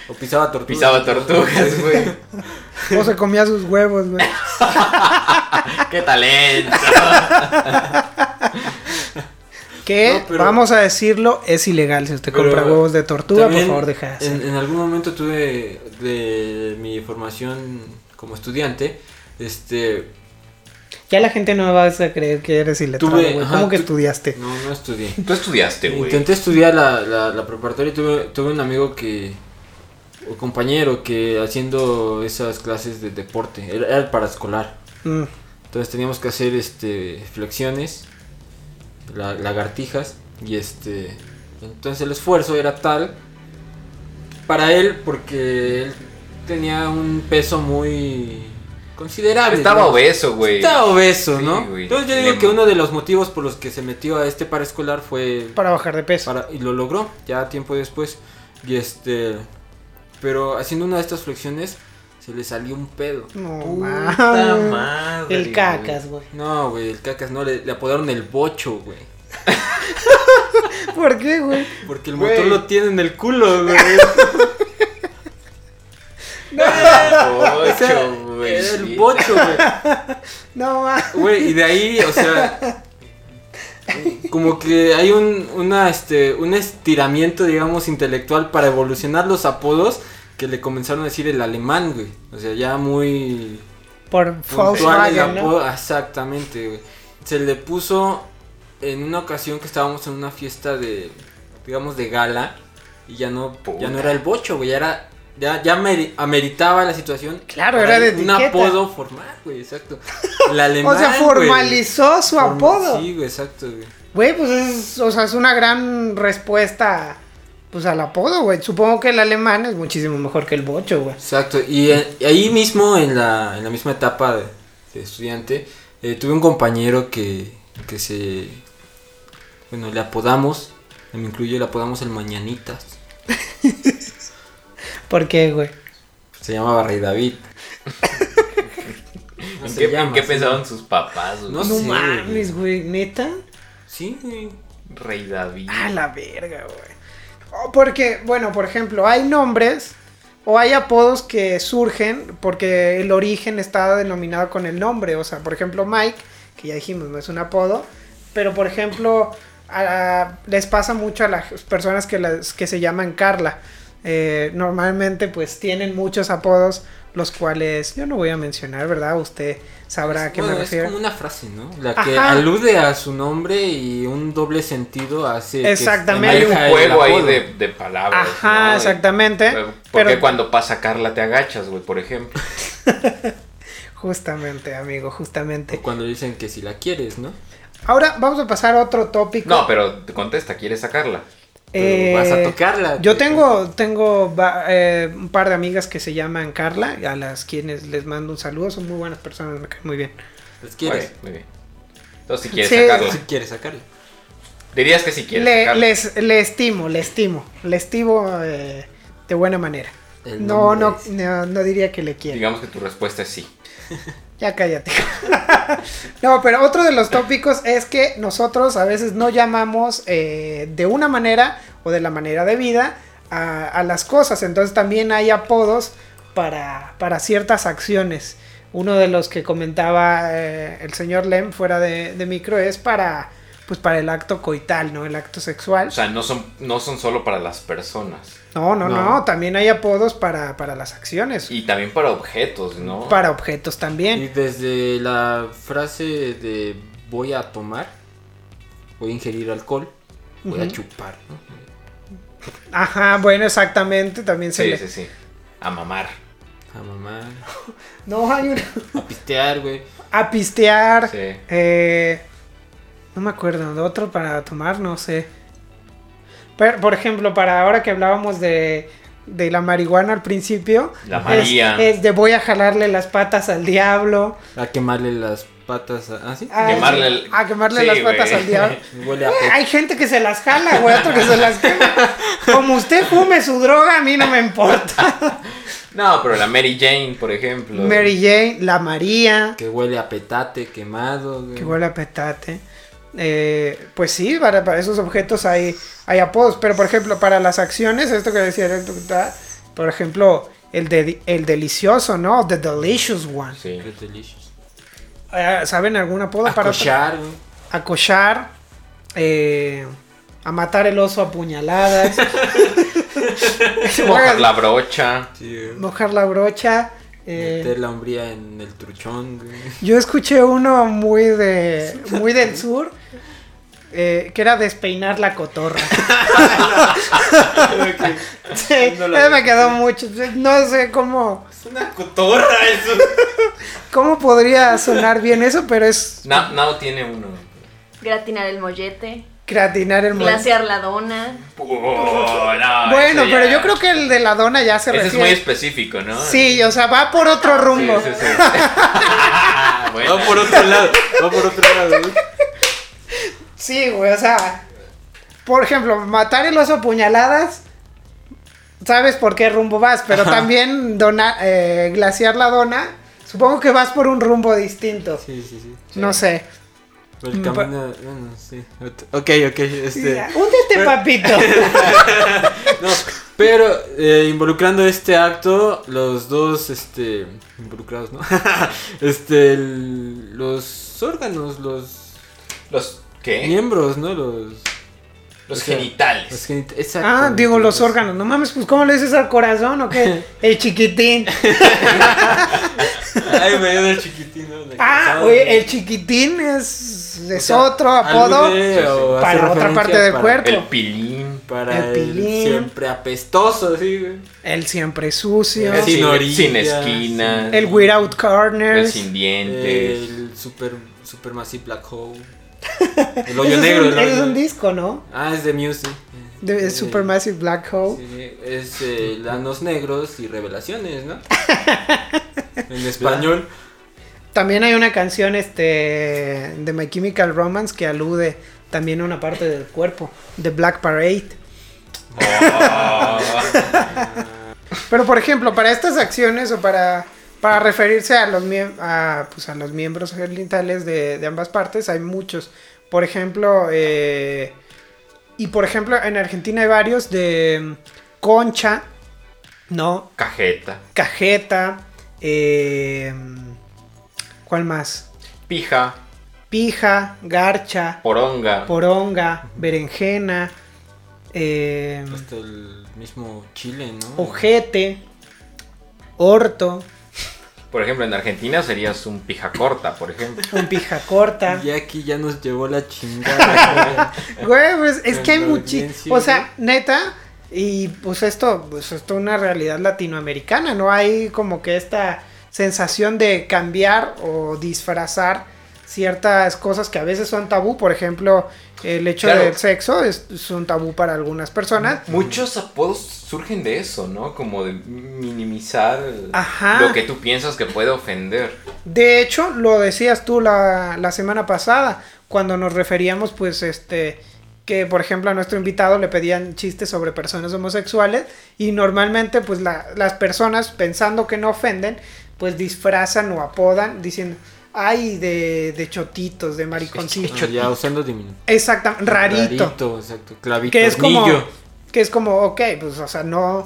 Speaker 6: o pisaba tortugas.
Speaker 4: Pisaba tortugas, güey.
Speaker 3: O se comía sus huevos, güey.
Speaker 4: ¡Qué talento!
Speaker 3: Que,
Speaker 6: No, pero-
Speaker 3: vamos a decirlo, es ilegal. Si usted compra
Speaker 6: Pero-
Speaker 3: huevos de tortuga, por
Speaker 6: También
Speaker 3: favor, deja de hacer.
Speaker 6: en, en algún momento tuve de mi formación como estudiante, este,
Speaker 3: Ya la gente no va a creer que eres iletrado,
Speaker 6: Tuve-
Speaker 3: güey.
Speaker 6: ajá,
Speaker 3: ¿Cómo que
Speaker 6: tu-
Speaker 3: estudiaste?
Speaker 6: no, no estudié.
Speaker 4: Tú estudiaste, güey.
Speaker 6: Intenté estudiar la, la, la preparatoria y tuve, tuve un amigo que, o compañero que haciendo esas clases de deporte, era, era el paraescolar.
Speaker 3: Mm.
Speaker 6: Entonces teníamos que hacer este flexiones, la- lagartijas y este entonces el esfuerzo era tal para él porque él tenía un peso muy considerable.
Speaker 4: Estaba
Speaker 6: ¿no?
Speaker 4: obeso, güey.
Speaker 6: Estaba obeso,
Speaker 4: pues, Sí,
Speaker 6: ¿no?
Speaker 4: güey.
Speaker 6: Entonces yo
Speaker 4: Le-
Speaker 6: digo que uno de los motivos por los que se metió a este paraescolar fue
Speaker 3: Para bajar de peso.
Speaker 6: para- y lo logró ya tiempo después y este pero haciendo una de estas flexiones se le salió un pedo.
Speaker 3: No,
Speaker 4: Puta
Speaker 3: mames.
Speaker 4: madre,
Speaker 3: El cacas, güey.
Speaker 6: No, güey, el cacas no, le, le apodaron el bocho, güey.
Speaker 3: ¿Por qué, güey?
Speaker 6: Porque el
Speaker 4: Güey.
Speaker 6: motor lo tiene en el culo, güey. O sea,
Speaker 4: Ocho, güey.
Speaker 6: era el bocho, güey.
Speaker 3: No, mames.
Speaker 6: Güey, y de ahí, o sea, como que hay un, una, este, un estiramiento, digamos, intelectual para evolucionar los apodos que le comenzaron a decir el alemán, güey. O sea, ya muy
Speaker 3: Por
Speaker 6: puntual el
Speaker 3: Volkswagen, ¿no?
Speaker 6: apodo. Exactamente, güey. Se le puso en una ocasión que estábamos en una fiesta de, digamos, de gala. Y ya no, ya
Speaker 4: Puta.
Speaker 6: no era el bocho, güey, ya era Ya, ya meri- ameritaba la situación.
Speaker 3: Claro,
Speaker 6: para
Speaker 3: era de
Speaker 6: Un
Speaker 3: etiqueta.
Speaker 6: apodo formal, güey, exacto. El alemán,
Speaker 3: o sea,
Speaker 6: güey.
Speaker 3: formalizó su
Speaker 6: Forma-
Speaker 3: apodo.
Speaker 6: Sí, güey, exacto, güey.
Speaker 3: Güey, pues es, o sea, es una gran respuesta pues al apodo, güey. Supongo que el alemán es muchísimo mejor que el bocho, güey.
Speaker 6: Exacto, y, eh, y ahí mismo, en la, en la misma etapa de, de estudiante, eh, tuve un compañero que, que se... Bueno, le apodamos, me incluyo, le apodamos el Mañanitas.
Speaker 3: ¿Por qué, güey?
Speaker 6: Se llamaba Rey David. No
Speaker 4: ¿En
Speaker 6: se
Speaker 4: qué, en
Speaker 6: llama,
Speaker 4: qué
Speaker 6: se
Speaker 4: pensaban sus papás? güey?
Speaker 6: No
Speaker 3: No,
Speaker 6: sé,
Speaker 3: mames, güey, neta.
Speaker 6: llama- Sí, güey.
Speaker 4: Rey David.
Speaker 3: A la verga, güey. O Porque, bueno, por ejemplo, hay nombres o hay apodos que surgen porque el origen está denominado con el nombre. O sea, por ejemplo, Mike, que ya dijimos, no es un apodo. Pero, por ejemplo, a- les pasa mucho a las personas que, las, que se llaman Carla. Eh, normalmente, pues, tienen muchos apodos, los cuales yo no voy a mencionar, ¿verdad? Usted sabrá a qué
Speaker 6: Bueno,
Speaker 3: me refiero.
Speaker 6: Es como una frase, ¿no? La que
Speaker 3: Ajá.
Speaker 6: alude a su nombre y un doble sentido hace. que
Speaker 3: Exactamente.
Speaker 4: Hay un
Speaker 6: emerja el
Speaker 4: juego ahí
Speaker 6: apodo.
Speaker 4: de, de palabras.
Speaker 3: Ajá,
Speaker 4: ¿no?
Speaker 3: exactamente.
Speaker 4: Porque
Speaker 3: pero-
Speaker 4: cuando pasa Carla te agachas, güey, por ejemplo.
Speaker 3: Justamente, amigo, justamente.
Speaker 6: O Cuando dicen que si la quieres, ¿no?
Speaker 3: Ahora vamos a pasar a otro tópico.
Speaker 4: No, pero te contesta, ¿quieres sacarla?
Speaker 6: Pero
Speaker 3: Eh,
Speaker 6: vas a tocarla.
Speaker 3: Yo tengo, tengo va- eh, un par de amigas que se llaman Carla, a las quienes les mando un saludo, son muy buenas personas, me caen muy bien.
Speaker 6: Las quieres.
Speaker 4: Ok, muy bien. Entonces, si quieres
Speaker 3: Sí.
Speaker 6: Si
Speaker 4: sacarla.
Speaker 6: quieres sacarla.
Speaker 4: Dirías que si quieres
Speaker 3: Le,
Speaker 4: sacarla.
Speaker 3: les, le estimo, le estimo, le estimo eh, de buena manera.
Speaker 6: El
Speaker 3: No, no,
Speaker 6: nombre
Speaker 3: no, no diría que le quiero.
Speaker 4: Digamos que tu respuesta es sí.
Speaker 3: Ya cállate. no, pero otro de los tópicos es que nosotros a veces no llamamos eh, de una manera o de la manera de vida a, a las cosas. Entonces también hay apodos para, para ciertas acciones. Uno de los que comentaba eh, el señor Lem fuera de, de micro es para, pues para el acto coital, ¿no? El acto sexual.
Speaker 4: O sea, no son, no son solo para las personas.
Speaker 3: no, no, no,
Speaker 6: no.
Speaker 3: También hay apodos para, para las acciones.
Speaker 4: Y también para objetos, ¿no?
Speaker 3: Para objetos también.
Speaker 6: Y desde la frase de voy a tomar, voy a ingerir alcohol, voy a
Speaker 3: Ujú.
Speaker 6: chupar, ¿no?
Speaker 3: Ajá, bueno, exactamente. También se
Speaker 4: Sí,
Speaker 3: le-
Speaker 4: sí, sí. A mamar.
Speaker 6: A mamar,
Speaker 3: No, hay una...
Speaker 6: a pistear, güey.
Speaker 3: a pistear.
Speaker 4: Sí.
Speaker 3: eh, no me acuerdo, de otro para tomar, no sé. Pero, por ejemplo, para ahora que hablábamos de, de la marihuana al principio,
Speaker 4: La
Speaker 3: es-
Speaker 4: María.
Speaker 3: Es, de voy a jalarle las patas al diablo.
Speaker 6: A quemarle las patas. A... ¿Ah, sí?
Speaker 3: a-
Speaker 4: Quemarle el-
Speaker 3: A quemarle
Speaker 4: Sí,
Speaker 3: las patas
Speaker 4: güey.
Speaker 3: al diablo.
Speaker 6: Huele a
Speaker 3: Eh,
Speaker 6: pez.
Speaker 3: Hay gente que se las jala, güey, otro que se las quema. Como usted fume su droga, a mí no me importa.
Speaker 4: No, pero la Mary Jane, por ejemplo.
Speaker 3: Mary Jane, la María.
Speaker 6: Que huele a petate quemado, güey.
Speaker 3: Que huele a petate. Eh, pues sí, para, para esos objetos hay, hay apodos. Pero por ejemplo, para las acciones, esto que decía el doctor, ah, por ejemplo, el, de, el delicioso, ¿no? The delicious one.
Speaker 4: Sí.
Speaker 6: Qué delicious.
Speaker 3: Eh, ¿Saben algún apodo para
Speaker 6: Acochar, güey.
Speaker 3: acochar? eh, a matar el oso a puñaladas.
Speaker 4: Mojar la brocha.
Speaker 6: Sí, güey.
Speaker 3: mojar la brocha. eh,
Speaker 6: Meter la hombría en el truchón, güey.
Speaker 3: Yo escuché uno muy de muy del sur eh, que era despeinar la cotorra. sí,
Speaker 6: No lo
Speaker 3: eso me quedó mucho. No sé cómo
Speaker 6: Es una cotorra eso.
Speaker 3: cómo podría sonar bien eso, pero es
Speaker 4: Now, Now tiene uno.
Speaker 7: Gratinar el mollete,
Speaker 3: gratinar el mundo.
Speaker 7: glasear la dona.
Speaker 4: Oh, no,
Speaker 3: Bueno,
Speaker 4: ese ya-
Speaker 3: pero yo creo que el de la dona ya se
Speaker 4: Ese es muy
Speaker 3: refiere.
Speaker 4: específico, ¿no?
Speaker 3: Sí, o sea, va por otro
Speaker 4: Sí,
Speaker 3: rumbo.
Speaker 4: sí, sí. Ah, bueno.
Speaker 6: Va por otro lado, va por otro lado, güey.
Speaker 3: Sí, güey, o sea, por ejemplo, matar el oso a puñaladas, sabes por qué rumbo vas, pero también dona, eh, glaciar la dona, supongo que vas por un rumbo distinto.
Speaker 6: Sí, sí, sí.
Speaker 3: No sé.
Speaker 6: El
Speaker 3: Pa-
Speaker 6: camino, bueno, sí. Ok, ok, este.
Speaker 3: Úndete, papito.
Speaker 6: No, pero eh, involucrando este acto, los dos, este, involucrados, ¿no? este, el- los órganos, los
Speaker 4: Los, ¿Qué?
Speaker 6: miembros, ¿no? Los,
Speaker 4: Los
Speaker 6: o sea,
Speaker 4: genitales.
Speaker 6: los genit-
Speaker 3: Ah,
Speaker 6: exactamente,
Speaker 3: digo, los órganos. No mames, pues, ¿cómo le dices al corazón o qué? El chiquitín.
Speaker 6: Ay, me dio el chiquitino. de
Speaker 3: Ah,
Speaker 6: cansado,
Speaker 3: oye,
Speaker 6: güey.
Speaker 3: el chiquitín es,
Speaker 6: O
Speaker 3: es
Speaker 6: sea,
Speaker 3: otro apodo
Speaker 6: alude o hace
Speaker 3: para otra
Speaker 6: referencia
Speaker 3: parte del
Speaker 6: para-
Speaker 3: cuerpo.
Speaker 4: El pilín.
Speaker 6: Para
Speaker 3: El
Speaker 6: el,
Speaker 3: pillín.
Speaker 6: siempre apestoso, sí, güey.
Speaker 3: El siempre sucio.
Speaker 6: El
Speaker 4: sin,
Speaker 6: sin orillas,
Speaker 4: sin esquina,
Speaker 3: El without corners.
Speaker 4: el sin dientes.
Speaker 6: El super, Supermassive Black Hole. El
Speaker 3: Ese
Speaker 6: hoyo
Speaker 3: es
Speaker 6: negro.
Speaker 3: un-
Speaker 6: el
Speaker 3: ese es
Speaker 6: hoyo-
Speaker 3: un disco, ¿no?
Speaker 6: Ah, es de Muse. sí.
Speaker 3: De
Speaker 6: Eh,
Speaker 3: Supermassive Black Hole.
Speaker 6: sí, sí, es eh, Lanos Negros y Revelaciones, ¿no? en español.
Speaker 3: También hay una canción este de My Chemical Romance que alude también a una parte del cuerpo, de Black Parade. Pero por ejemplo, para estas acciones o para, para referirse a los, mie- a, pues, a los miembros genitales de, de ambas partes, hay muchos. Por ejemplo, eh, y por ejemplo, en Argentina hay varios de mm, concha, ¿no?
Speaker 4: Cajeta,
Speaker 3: Cajeta, eh, ¿cuál más?
Speaker 4: pija,
Speaker 3: Pija, garcha,
Speaker 4: poronga,
Speaker 3: poronga, berenjena, eh,
Speaker 6: Hasta el mismo Chile, ¿no?
Speaker 3: ojete, orto,
Speaker 4: Por ejemplo, en Argentina serías un pija corta, por ejemplo.
Speaker 3: un pija corta.
Speaker 6: Y aquí ya nos llevó la chingada.
Speaker 3: Güey, pues es que hay
Speaker 6: Cuando bien
Speaker 3: muchísimo.
Speaker 6: sirve.
Speaker 3: O sea, neta. Y pues esto, pues esto es una realidad latinoamericana, ¿no? Hay como que esta sensación de cambiar o disfrazar ciertas cosas que a veces son tabú. Por ejemplo, el hecho
Speaker 4: Claro.
Speaker 3: del sexo es, es un tabú para algunas personas.
Speaker 4: Muchos apodos surgen de eso, ¿no? Como de minimizar
Speaker 3: Ajá.
Speaker 4: lo que tú piensas que puede ofender.
Speaker 3: De hecho, lo decías tú la, la semana pasada, cuando nos referíamos, pues, este, que por ejemplo a nuestro invitado le pedían chistes sobre personas homosexuales y normalmente, pues, la- las personas pensando que no ofenden, pues disfrazan o apodan diciendo, ay, de, de chotitos, de mariconcitos.
Speaker 6: Ah, ya usando diminutivo.
Speaker 3: Exactamente, rarito.
Speaker 6: exacto. Clavito.
Speaker 3: Que es como,
Speaker 6: nillo.
Speaker 3: que es como, ok, pues, o sea, no,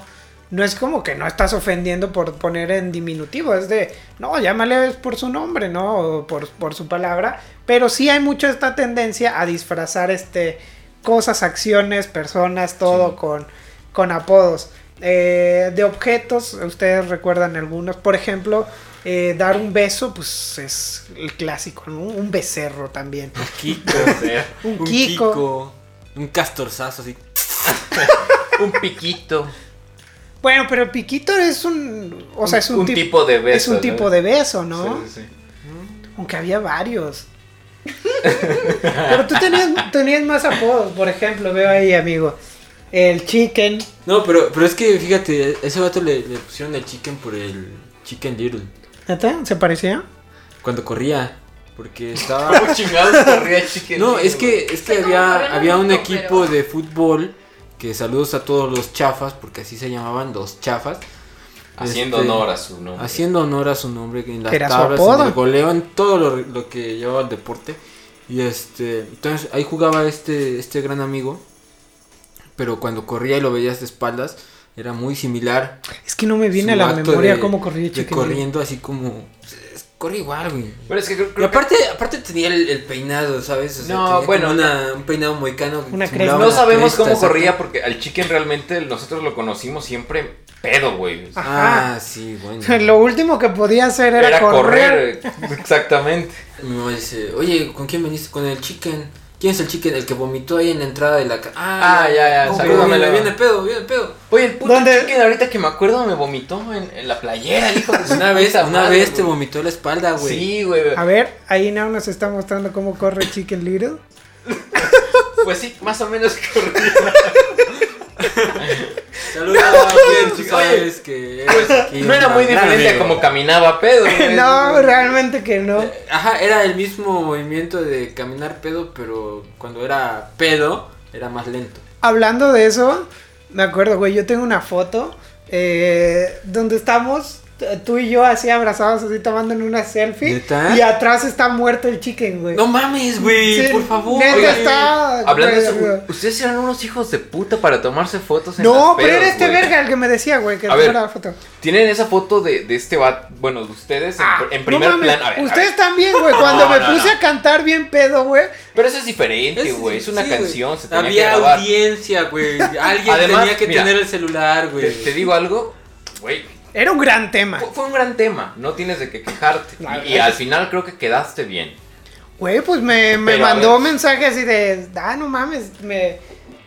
Speaker 3: no es como que no estás ofendiendo por poner en diminutivo, es de, no, llámale por su nombre, ¿no? O por, por su palabra, pero sí hay mucho esta tendencia a disfrazar, este, cosas, acciones, personas, todo con, con apodos. Eh, de objetos, ustedes recuerdan algunos, por ejemplo, eh, dar un beso, pues es el clásico, ¿no? Un becerro también.
Speaker 6: Kiko.
Speaker 3: Un,
Speaker 6: Un
Speaker 3: kiko.
Speaker 6: Kiko. Un castorzazo así.
Speaker 4: un piquito.
Speaker 3: Bueno, pero el piquito es un. O sea, es un,
Speaker 4: un
Speaker 3: tip-
Speaker 4: tipo de beso,
Speaker 3: Es un
Speaker 4: ¿no?
Speaker 3: tipo de beso, ¿no?
Speaker 4: Sí, sí, sí.
Speaker 3: Aunque había varios. pero tú tenías, tenías más apodos, por ejemplo, veo ahí, amigo. El chicken.
Speaker 6: No, pero, pero es que fíjate, a ese vato le, le pusieron el chicken por el chicken little.
Speaker 3: ¿Neta? ¿Se parecía?
Speaker 6: Cuando corría. Porque estaba.
Speaker 4: ¿Cómo chingados corría Chicken
Speaker 6: No,
Speaker 4: Little?
Speaker 6: es que, es que
Speaker 7: Está como correr
Speaker 6: había,
Speaker 7: al
Speaker 6: había un
Speaker 7: mundo,
Speaker 6: equipo
Speaker 7: pero-
Speaker 6: de fútbol que saludos a todos los chafas, porque así se llamaban los chafas.
Speaker 4: Haciendo
Speaker 6: Este,
Speaker 4: honor a su nombre.
Speaker 6: Haciendo honor a su nombre en las
Speaker 3: Era su
Speaker 6: tablas,
Speaker 3: apodo.
Speaker 6: en el goleo, en todo lo, lo que llevaba el deporte. Y este, entonces ahí jugaba este, este gran amigo, pero cuando corría y lo veías de espaldas, era muy similar.
Speaker 3: Es que no me viene a
Speaker 6: su
Speaker 3: la
Speaker 6: acto
Speaker 3: memoria
Speaker 6: de-
Speaker 3: cómo corría el
Speaker 6: de
Speaker 3: chicken.
Speaker 6: corriendo así como... Corre igual, güey.
Speaker 4: Pero es que creo,
Speaker 6: Y
Speaker 4: creo que
Speaker 6: aparte, aparte tenía el, el peinado, ¿sabes? O sea,
Speaker 4: No,
Speaker 6: tenía como
Speaker 4: bueno,
Speaker 6: una- un peinado moicano. que
Speaker 3: Una
Speaker 6: simulaba
Speaker 3: cresta.
Speaker 4: no
Speaker 6: una
Speaker 4: sabemos
Speaker 6: cresta,
Speaker 4: cómo
Speaker 6: exacto.
Speaker 4: corría porque al Chicken realmente nosotros lo conocimos siempre pedo, güey.
Speaker 6: Ah, sí, bueno.
Speaker 3: Lo último que podía hacer era,
Speaker 4: Era,
Speaker 3: correr.
Speaker 4: correr, exactamente.
Speaker 6: Mi mamá dice, oye, ¿con quién viniste? Con el chicken. ¿Quién es el chicken? El que vomitó ahí en la entrada de la casa.
Speaker 4: Ah, ya, ya,
Speaker 6: Oh,
Speaker 4: sácamelo.
Speaker 6: viene, viene pedo, viene pedo.
Speaker 4: Oye, el puto
Speaker 3: ¿Dónde?
Speaker 4: Chicken ahorita que me acuerdo me vomitó en, en la playera, el hijo de su
Speaker 6: Una vez,
Speaker 4: puta
Speaker 6: una
Speaker 4: madre,
Speaker 6: vez te
Speaker 4: güey.
Speaker 6: vomitó la espalda, güey.
Speaker 4: Sí, güey.
Speaker 3: A ver, ahí Nao nos está mostrando cómo corre Chicken Little.
Speaker 4: Pues sí, más o menos corría.
Speaker 6: Saludos a quien
Speaker 4: oye. pues,
Speaker 6: sabes que eres aquí
Speaker 4: No era
Speaker 6: un
Speaker 4: muy
Speaker 6: gran
Speaker 4: diferente a
Speaker 6: amigo.
Speaker 4: como caminaba pedo. güey.
Speaker 3: No, realmente que no.
Speaker 6: Ajá, era el mismo movimiento de caminar pedo, pero cuando era pedo, era más lento.
Speaker 3: Hablando de eso, me acuerdo, güey, yo tengo una foto eh, donde estamos t- tú y yo así abrazados, así tomando en una selfie.
Speaker 6: ¿Neta?
Speaker 3: Y atrás está muerto el chicken, güey.
Speaker 6: No mames, güey,
Speaker 3: Sí,
Speaker 6: por favor.
Speaker 3: neta
Speaker 6: güey.
Speaker 3: está,
Speaker 4: Hablando de
Speaker 3: güey, güey.
Speaker 4: eso, ustedes eran unos hijos de puta para tomarse fotos en
Speaker 3: No,
Speaker 4: las
Speaker 3: pero era
Speaker 4: pedas,
Speaker 3: este
Speaker 4: güey.
Speaker 3: verga el que me decía, güey, que
Speaker 4: A ver,
Speaker 3: tomara la foto.
Speaker 4: Tienen esa foto de, de este vato, bueno, de ustedes en, pr- en primer
Speaker 3: Ah, no mames,
Speaker 4: plan. A ver, a
Speaker 3: ustedes
Speaker 4: ver.
Speaker 3: también, güey, cuando
Speaker 4: No,
Speaker 3: me
Speaker 4: no,
Speaker 3: puse
Speaker 4: no.
Speaker 3: a cantar bien pedo, güey.
Speaker 4: Pero eso es diferente,
Speaker 6: Es-
Speaker 4: güey. Es, una
Speaker 6: sí, güey.
Speaker 4: canción, se tenía que
Speaker 6: Había
Speaker 4: grabar.
Speaker 6: audiencia, güey. Alguien
Speaker 4: Además,
Speaker 6: tenía que
Speaker 4: mira,
Speaker 6: tener el celular,
Speaker 4: Te,
Speaker 6: güey.
Speaker 4: te digo algo, güey.
Speaker 3: Era un gran tema.
Speaker 4: Fue, fue un gran tema, no tienes de qué quejarte.
Speaker 3: La
Speaker 4: Y, y
Speaker 3: verdad.
Speaker 4: al final creo que quedaste bien.
Speaker 3: Güey, pues me, me
Speaker 4: Pero, a
Speaker 3: mandó
Speaker 4: ver.
Speaker 3: mensaje así de, ah, no mames, me,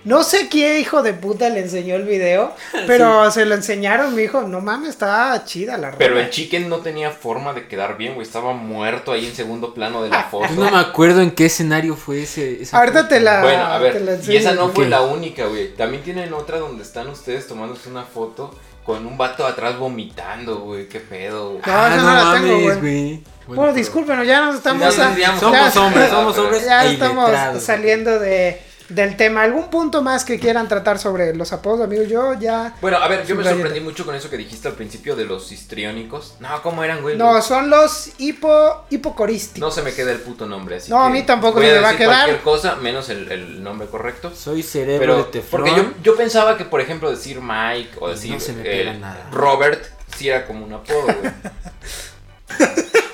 Speaker 3: No sé qué hijo de puta le enseñó el video, pero se lo enseñaron, me dijo, no mames, está chida la rola.
Speaker 4: Pero el chicken no tenía forma de quedar bien, güey. Estaba muerto ahí en segundo plano de la foto.
Speaker 6: Yo no me acuerdo en qué escenario fue ese. esa
Speaker 3: Ahorita
Speaker 6: foto.
Speaker 3: te la
Speaker 4: Bueno, a
Speaker 3: te la
Speaker 4: ver, y
Speaker 3: enseño.
Speaker 4: esa no fue
Speaker 6: Ok.
Speaker 4: la única, güey. También tienen otra donde están ustedes tomándose una foto con un vato atrás vomitando, güey. Qué pedo, güey.
Speaker 3: No,
Speaker 6: Ah,
Speaker 3: esa no la tengo, güey. Bueno,
Speaker 6: pero-
Speaker 3: discúlpenos, ya nos estamos...
Speaker 4: Ya
Speaker 3: a-
Speaker 4: nos desviamos.
Speaker 3: ya-
Speaker 6: Somos hombres, somos
Speaker 4: pero-
Speaker 6: hombres.
Speaker 3: Ya
Speaker 6: e
Speaker 3: estamos
Speaker 6: iletrados.
Speaker 3: saliendo de, del tema. ¿Algún punto más que quieran tratar sobre los apodos, amigos? Yo ya...
Speaker 4: Bueno, a ver, yo me
Speaker 3: Subrayate.
Speaker 4: sorprendí mucho con eso que dijiste al principio de los histriónicos. No, ¿cómo eran, güey?
Speaker 3: No, son los hipo, hipocorísticos.
Speaker 4: No se me queda el puto nombre, así
Speaker 3: No, a
Speaker 4: que
Speaker 3: mí tampoco
Speaker 4: voy
Speaker 3: se
Speaker 4: a
Speaker 3: me va a
Speaker 4: decir
Speaker 3: quedar.
Speaker 4: Cualquier cosa, menos el, el nombre correcto.
Speaker 6: Soy cerebro de
Speaker 4: Pero,
Speaker 6: teflón.
Speaker 4: porque yo, yo pensaba que, por ejemplo, decir Mike o
Speaker 6: Y
Speaker 4: decir
Speaker 6: no se me pega
Speaker 4: eh,
Speaker 6: nada.
Speaker 4: Robert sí era como un apodo, güey.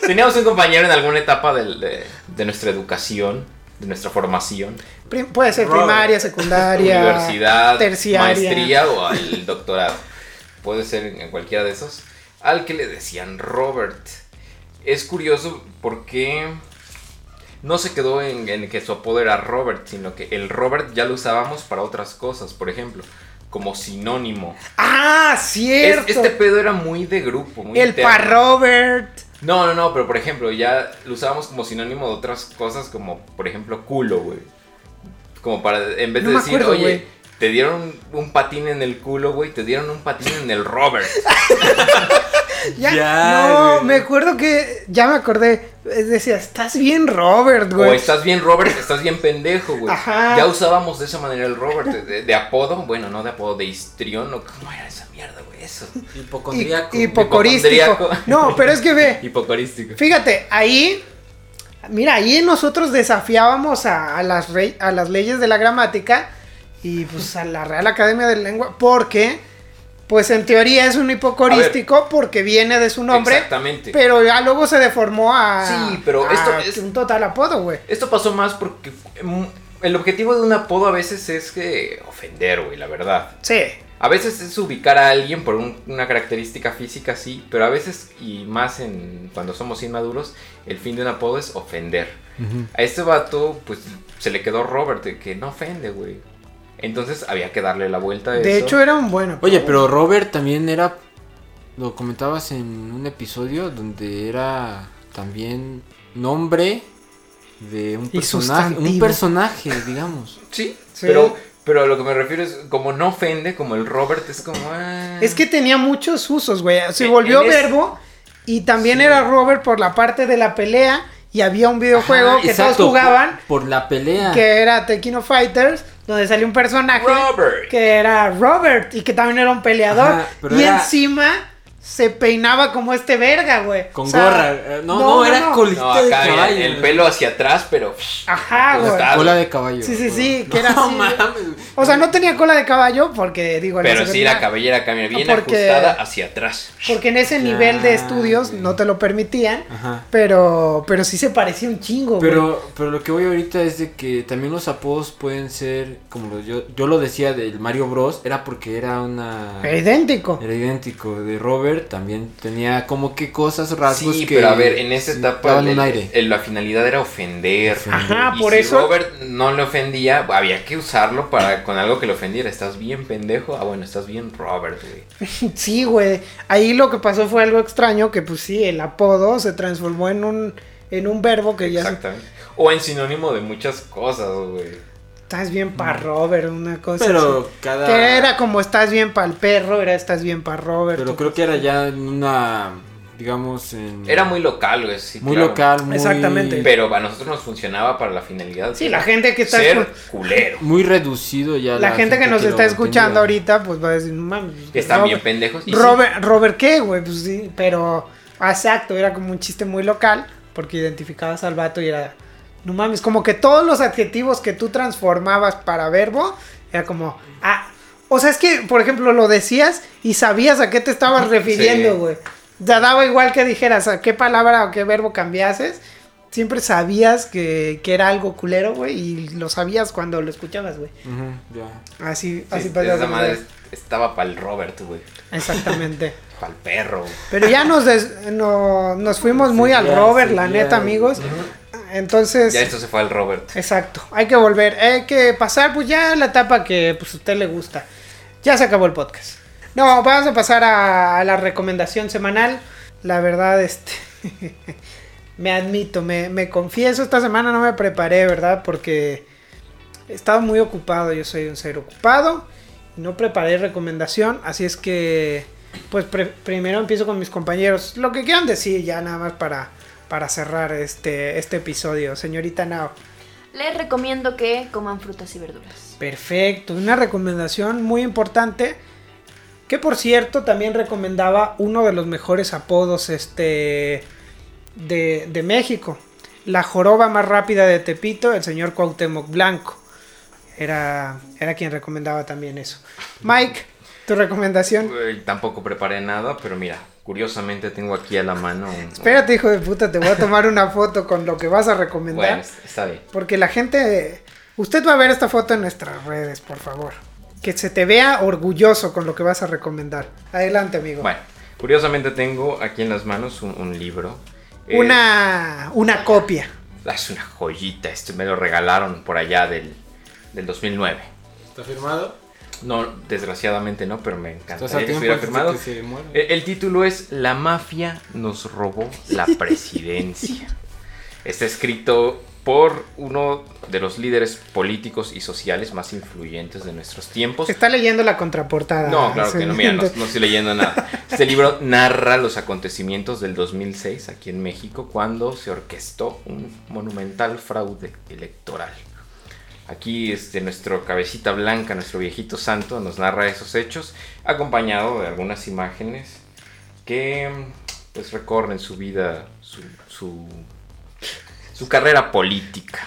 Speaker 4: Teníamos un compañero en alguna etapa del- de, de nuestra educación, de nuestra formación,
Speaker 3: Prim- puede ser
Speaker 6: Robert.
Speaker 3: primaria, secundaria,
Speaker 4: universidad,
Speaker 3: terciaria.
Speaker 4: maestría o el doctorado. Puede ser en en cualquiera de esos. Al que le decían Robert. Es curioso porque no se quedó en, en que su apodo era Robert, sino que el Robert ya lo usábamos para otras cosas, por ejemplo, como sinónimo.
Speaker 3: Ah,
Speaker 4: Es-
Speaker 3: cierto.
Speaker 4: este pedo era muy de grupo, muy
Speaker 3: el
Speaker 4: interno.
Speaker 3: pa Robert.
Speaker 4: No, no, no, pero por ejemplo, ya lo usábamos como sinónimo de otras cosas, como por ejemplo culo, güey. Como para, en vez
Speaker 3: No
Speaker 4: de
Speaker 3: me
Speaker 4: decir,
Speaker 3: acuerdo,
Speaker 4: oye,
Speaker 3: güey.
Speaker 4: te dieron un patín en el culo, güey, te dieron un patín en el Robert.
Speaker 3: Ya,
Speaker 6: Ya,
Speaker 3: no,
Speaker 6: güey.
Speaker 3: me acuerdo que ya me acordé. eh, Decía, estás bien, Robert,
Speaker 4: o
Speaker 3: güey.
Speaker 4: estás bien, Robert, estás bien pendejo, güey.
Speaker 3: Ajá.
Speaker 4: Ya usábamos de esa manera el Robert, de, de- de apodo, bueno, no de apodo, de histrión, o cómo era esa mierda, güey, eso.
Speaker 6: Hipocondriaco.
Speaker 3: Hi- hipocorístico.
Speaker 4: hipocondriaco.
Speaker 3: No, pero es que ve,
Speaker 4: Hipocorístico.
Speaker 3: fíjate, ahí, mira, ahí nosotros desafiábamos a, a las, rey- a las leyes de la gramática y pues a la Real Academia de Lengua, porque, pues en teoría es un hipocorístico porque viene de su nombre,
Speaker 4: Exactamente.
Speaker 3: pero ya luego se deformó a,
Speaker 4: Sí, pero
Speaker 3: a
Speaker 4: esto es-
Speaker 3: un total apodo, güey.
Speaker 4: Esto pasó más porque mm, el objetivo de un apodo a veces es que ofender, güey, la verdad.
Speaker 3: Sí.
Speaker 4: A veces es ubicar a alguien por un- una característica física, sí, pero a veces, y más en cuando somos inmaduros, el fin de un apodo es ofender. A este vato, pues, se le quedó Robert, de que no ofende, güey. Entonces había que darle la vuelta a
Speaker 3: De
Speaker 4: eso.
Speaker 3: hecho era un bueno.
Speaker 6: Oye, pero Robert también era. Lo comentabas en un episodio donde era también nombre de un
Speaker 3: Y
Speaker 6: personaje. Un
Speaker 3: sustantivo.
Speaker 6: personaje, digamos.
Speaker 4: sí,
Speaker 3: Sí.
Speaker 4: Pero, pero a lo que me refiero es, como no ofende, como el Robert es como... ah.
Speaker 3: Es que tenía muchos usos, güey. Se
Speaker 6: E-,
Speaker 4: En-
Speaker 3: volvió
Speaker 4: en es-
Speaker 3: verbo y también era Robert por la parte de la pelea y había un videojuego
Speaker 6: Ajá,
Speaker 3: que
Speaker 6: exacto, Ah.
Speaker 3: todos jugaban
Speaker 6: Por, por la pelea.
Speaker 3: que era Tequino Fighters donde salió un personaje
Speaker 4: Robert.
Speaker 3: que era Robert y que también era un peleador
Speaker 6: Ajá, pero
Speaker 3: y
Speaker 6: era-
Speaker 3: encima se peinaba como este verga, güey.
Speaker 6: Con
Speaker 3: O sea,
Speaker 6: gorra. eh, No, no, era colita
Speaker 4: No,
Speaker 6: de
Speaker 4: acá
Speaker 6: caballo.
Speaker 4: el, el pelo hacia atrás, pero...
Speaker 3: Ajá,
Speaker 4: Pues
Speaker 3: güey.
Speaker 4: está-
Speaker 6: Cola de caballo.
Speaker 3: Sí, sí, sí,
Speaker 6: No,
Speaker 3: que era así.
Speaker 6: mames.
Speaker 3: O sea, no tenía cola de caballo porque digo, la
Speaker 4: Pero sí, la
Speaker 3: secretaria-
Speaker 4: cabellera cambia bien
Speaker 3: Ah, Porque-
Speaker 4: ajustada hacia atrás.
Speaker 3: porque en ese nivel de estudios
Speaker 6: güey.
Speaker 3: no te lo permitían.
Speaker 6: Ajá.
Speaker 3: Pero, pero sí se parecía un chingo, güey.
Speaker 6: Pero, pero lo que voy ahorita es de que también los apodos pueden ser, como lo- yo, yo lo decía del Mario Bros, era porque era una...
Speaker 3: Era idéntico.
Speaker 6: Era idéntico de Robert, también tenía como que cosas, rasgos
Speaker 4: Sí,
Speaker 6: que...
Speaker 4: pero a ver, en esta
Speaker 6: sí,
Speaker 4: etapa
Speaker 6: daban
Speaker 4: el-
Speaker 6: un aire.
Speaker 4: el- la finalidad era ofender.
Speaker 3: Ajá,
Speaker 4: Y
Speaker 3: por
Speaker 4: si
Speaker 3: eso.
Speaker 4: Robert no le ofendía, había que usarlo para con algo que le ofendiera. Estás bien pendejo. Ah, bueno, estás bien Robert, güey.
Speaker 3: Sí, güey. Ahí lo que pasó fue algo extraño que pues sí, el apodo se transformó en un en un verbo que ya se-
Speaker 4: Exactamente. O en sinónimo de muchas cosas, güey.
Speaker 3: estás bien para Robert, una cosa
Speaker 6: Pero
Speaker 3: así.
Speaker 6: cada...
Speaker 3: Pues Que era como estás bien para el perro, era estás bien para Robert.
Speaker 6: Pero creo que era ya en una, digamos, en...
Speaker 4: Era muy local, güey. sí,
Speaker 6: Mm. Muy
Speaker 4: claro.
Speaker 6: local, muy...
Speaker 3: Exactamente.
Speaker 4: Pero a nosotros nos funcionaba para la finalidad.
Speaker 3: Sí,
Speaker 4: que
Speaker 3: la
Speaker 4: era
Speaker 3: gente que está
Speaker 4: Ser
Speaker 3: escu-
Speaker 4: culero.
Speaker 6: Muy reducido ya.
Speaker 3: la, gente, que nos
Speaker 6: lo
Speaker 3: está escuchando
Speaker 6: entendía.
Speaker 3: ahorita pues va a decir, "No mames,
Speaker 4: Que están bien
Speaker 3: Robert,
Speaker 4: pendejos. y sí,
Speaker 3: Robert, Robert qué, güey, pues sí, pero ah, exacto, era como un chiste muy local, porque identificabas al vato y era, no mames, como que todos los adjetivos que tú transformabas para verbo, era como, ah, o sea, es que, por ejemplo, lo decías y sabías a qué te estabas refiriendo,
Speaker 4: Sí.
Speaker 3: güey. Te daba igual que dijeras a qué palabra o qué verbo cambiases. Siempre sabías que, que era algo culero, güey, y lo sabías cuando lo escuchabas, güey.
Speaker 6: Ujú, ya.
Speaker 3: Así,
Speaker 4: sí,
Speaker 3: así pasaba.
Speaker 4: esa madre estaba para el Robert, güey.
Speaker 3: Exactamente.
Speaker 4: Para el perro. güey.
Speaker 3: Pero ya nos, des- no- nos fuimos muy al
Speaker 6: Seguía,
Speaker 3: Robert, la
Speaker 6: seguía,
Speaker 3: neta, amigos.
Speaker 6: ujú.
Speaker 3: Entonces,
Speaker 4: Ya esto se fue al Robert.
Speaker 3: exacto, hay que volver, hay que pasar pues ya la etapa que pues a usted le gusta. Ya se acabó el podcast. No, vamos a pasar a, a la recomendación semanal. La verdad, este, me admito, me, me confieso, esta semana no me preparé, ¿verdad? Porque he estado muy ocupado, yo soy un ser ocupado, no preparé recomendación, así es que, pues pre- primero empiezo con mis compañeros. Lo que quieran decir ya nada más para, para cerrar este, este episodio, señorita Nao.
Speaker 7: Les recomiendo que coman frutas y verduras.
Speaker 3: Perfecto, una recomendación muy importante. Que por cierto, también recomendaba uno de los mejores apodos este, de, de México. La joroba más rápida de Tepito, el señor Cuauhtémoc Blanco. Era, era quien recomendaba también eso. Mike, tu recomendación.
Speaker 4: Eh, tampoco preparé nada, pero mira, curiosamente tengo aquí a la mano. un-
Speaker 3: Espérate, hijo de puta, te voy a tomar una foto con lo que vas a recomendar.
Speaker 4: Bueno, es- está bien.
Speaker 3: Porque la gente. Usted va a ver esta foto en nuestras redes, por favor. Que se te vea orgulloso con lo que vas a recomendar. Adelante, amigo.
Speaker 4: Bueno, curiosamente tengo aquí en las manos un, un libro. Eh,
Speaker 3: una, una copia.
Speaker 4: Es una joyita, este me lo regalaron por allá del, del 2009.
Speaker 6: ¿Está firmado?
Speaker 4: No, desgraciadamente no, pero me
Speaker 6: ¿Estás a
Speaker 4: encantaría que
Speaker 6: tiempo
Speaker 4: estuviera
Speaker 6: antes de
Speaker 4: firmado.
Speaker 6: que se muera?
Speaker 4: Eh, El título es La mafia nos robó la presidencia. Está escrito por uno de los líderes políticos y sociales más influyentes de nuestros tiempos.
Speaker 3: Está leyendo la contraportada.
Speaker 4: No, claro que no, mira, no,
Speaker 3: señorita.
Speaker 4: no estoy leyendo nada. Este libro narra los acontecimientos del 2006 aquí en México cuando se orquestó un monumental fraude electoral. Aquí este, nuestro cabecita blanca, nuestro viejito santo, nos narra esos hechos, acompañado de algunas imágenes que pues recorren su vida, su, su, su carrera política.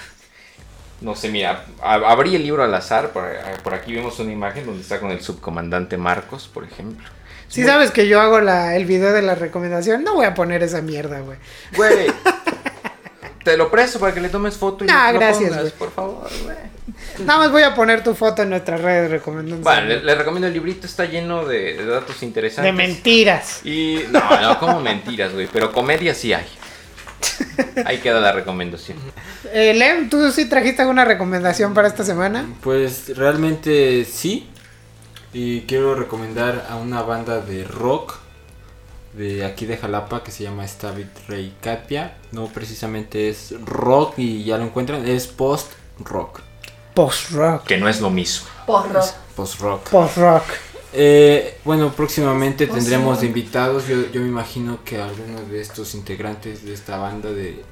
Speaker 4: No sé, mira, a- abrí el libro al azar, por, eh, por aquí vemos una imagen donde está con el subcomandante Marcos, por ejemplo.
Speaker 3: Si sabes que yo hago la- el video de la recomendación, no voy a poner esa mierda, güey.
Speaker 4: Güey, te lo presto para que le tomes foto y
Speaker 3: No,
Speaker 4: lo
Speaker 3: gracias,
Speaker 4: pongas,
Speaker 3: güey.
Speaker 4: por favor, güey.
Speaker 3: Nada más voy a poner tu foto en nuestras redes recomendando.
Speaker 4: Bueno, le, le recomiendo el librito, está lleno de, de datos
Speaker 3: de
Speaker 4: interesantes.
Speaker 3: mentiras.
Speaker 4: Y no, no, como mentiras, güey, pero comedia sí hay. Ahí queda la recomendación.
Speaker 3: Eh, Lem, ¿tú sí trajiste alguna recomendación para esta semana?
Speaker 6: Pues realmente sí. Y quiero recomendar a una banda de rock de aquí de Jalapa que se llama Stabit Rey Capia. No precisamente es rock y ya lo encuentran, es post rock.
Speaker 3: Post-rock.
Speaker 4: Que no es lo mismo.
Speaker 7: Porro.
Speaker 6: Post rock.
Speaker 3: Post-rock.
Speaker 6: Eh, bueno, próximamente
Speaker 7: Oh,
Speaker 6: tendremos
Speaker 7: sí.
Speaker 6: invitados. Yo, yo me imagino que alguno de estos integrantes de esta banda de,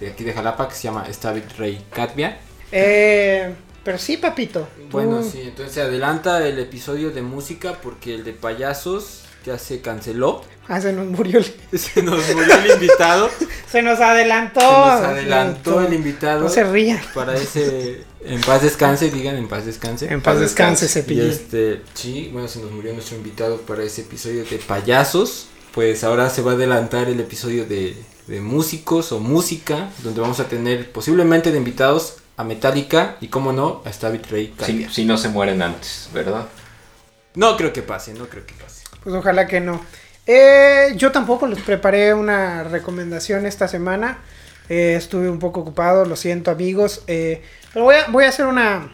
Speaker 6: de aquí de Jalapa que se llama Stabit Rey Capia.
Speaker 3: Eh, pero sí, papito. tú-
Speaker 6: Bueno, sí, entonces se adelanta el episodio de música porque el de payasos ya se canceló.
Speaker 3: Ah, se nos murió. el-
Speaker 6: Se nos murió el invitado.
Speaker 3: Se nos adelantó.
Speaker 6: se nos adelantó el invitado.
Speaker 3: Oh, No se rían.
Speaker 6: Para ese. En paz descanse, digan en paz descanse.
Speaker 3: En paz descanse,
Speaker 6: Y
Speaker 3: Cepillín.
Speaker 6: este, sí, bueno, se nos murió nuestro invitado para ese episodio de payasos. Pues ahora se va a adelantar el episodio de, de músicos o música, donde vamos a tener posiblemente de invitados a Metallica y, como no, a Stavid Ray.
Speaker 4: Si,
Speaker 6: Kalia.
Speaker 4: si no se mueren antes, ¿verdad?
Speaker 6: No creo que pase, no creo que pase.
Speaker 3: Pues ojalá que no. Eh, yo tampoco les preparé una recomendación esta semana. Eh, estuve un poco ocupado, lo siento amigos. Eh, pero voy a, voy a hacer una...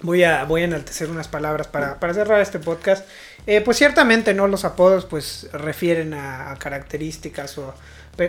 Speaker 3: Voy a, voy a enaltecer unas palabras para, para cerrar este podcast. Eh, pues ciertamente, ¿no? Los apodos pues refieren a, a características o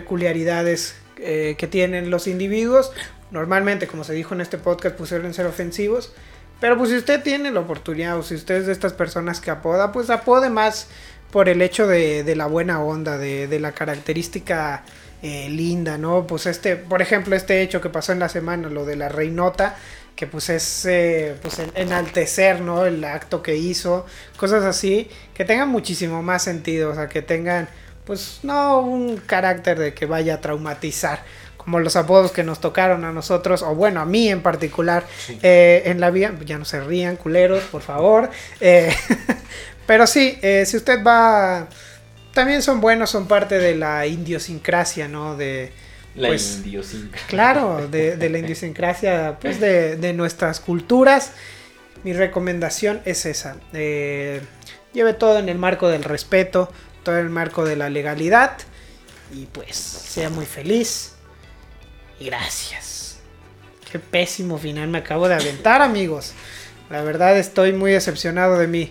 Speaker 3: peculiaridades eh, que tienen los individuos. Normalmente, como se dijo en este podcast, pues suelen ser ofensivos. Pero pues si usted tiene la oportunidad o si usted es de estas personas que apoda, pues apode más por el hecho de, de la buena onda, de, de la característica eh, linda, ¿no? Pues este, por ejemplo, este hecho que pasó en la semana, lo de la reinota, que pues es eh, pues en- enaltecer, ¿no? El acto que hizo, cosas así, que tengan muchísimo más sentido, o sea, que tengan pues no un carácter de que vaya a traumatizar, como los apodos que nos tocaron a nosotros, o bueno, a mí en particular, eh, en la vida, ya no se rían, culeros, por favor. eh, pero sí, eh, si usted va, también son buenos, son parte de la idiosincrasia, ¿no? De,
Speaker 4: La
Speaker 3: Pues-
Speaker 4: idiosincrasia.
Speaker 3: Claro, de, de la idiosincrasia, pues de, de nuestras culturas. Mi recomendación es esa. eh, lleve todo en el marco del respeto, todo en el marco de la legalidad. Y pues sea muy feliz. Gracias. Qué pésimo final me acabo de aventar, amigos. La verdad estoy muy decepcionado de mí.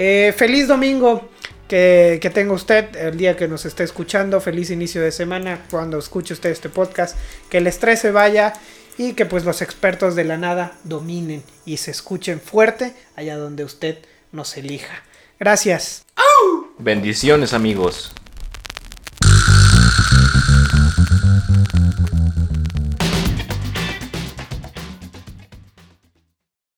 Speaker 3: Eh, feliz domingo que, que tenga usted el día que nos esté escuchando. Feliz inicio de semana cuando escuche usted este podcast. Que el estrés se vaya y que pues los expertos de la nada dominen y se escuchen fuerte allá donde usted nos elija. Gracias.
Speaker 4: Bendiciones amigos.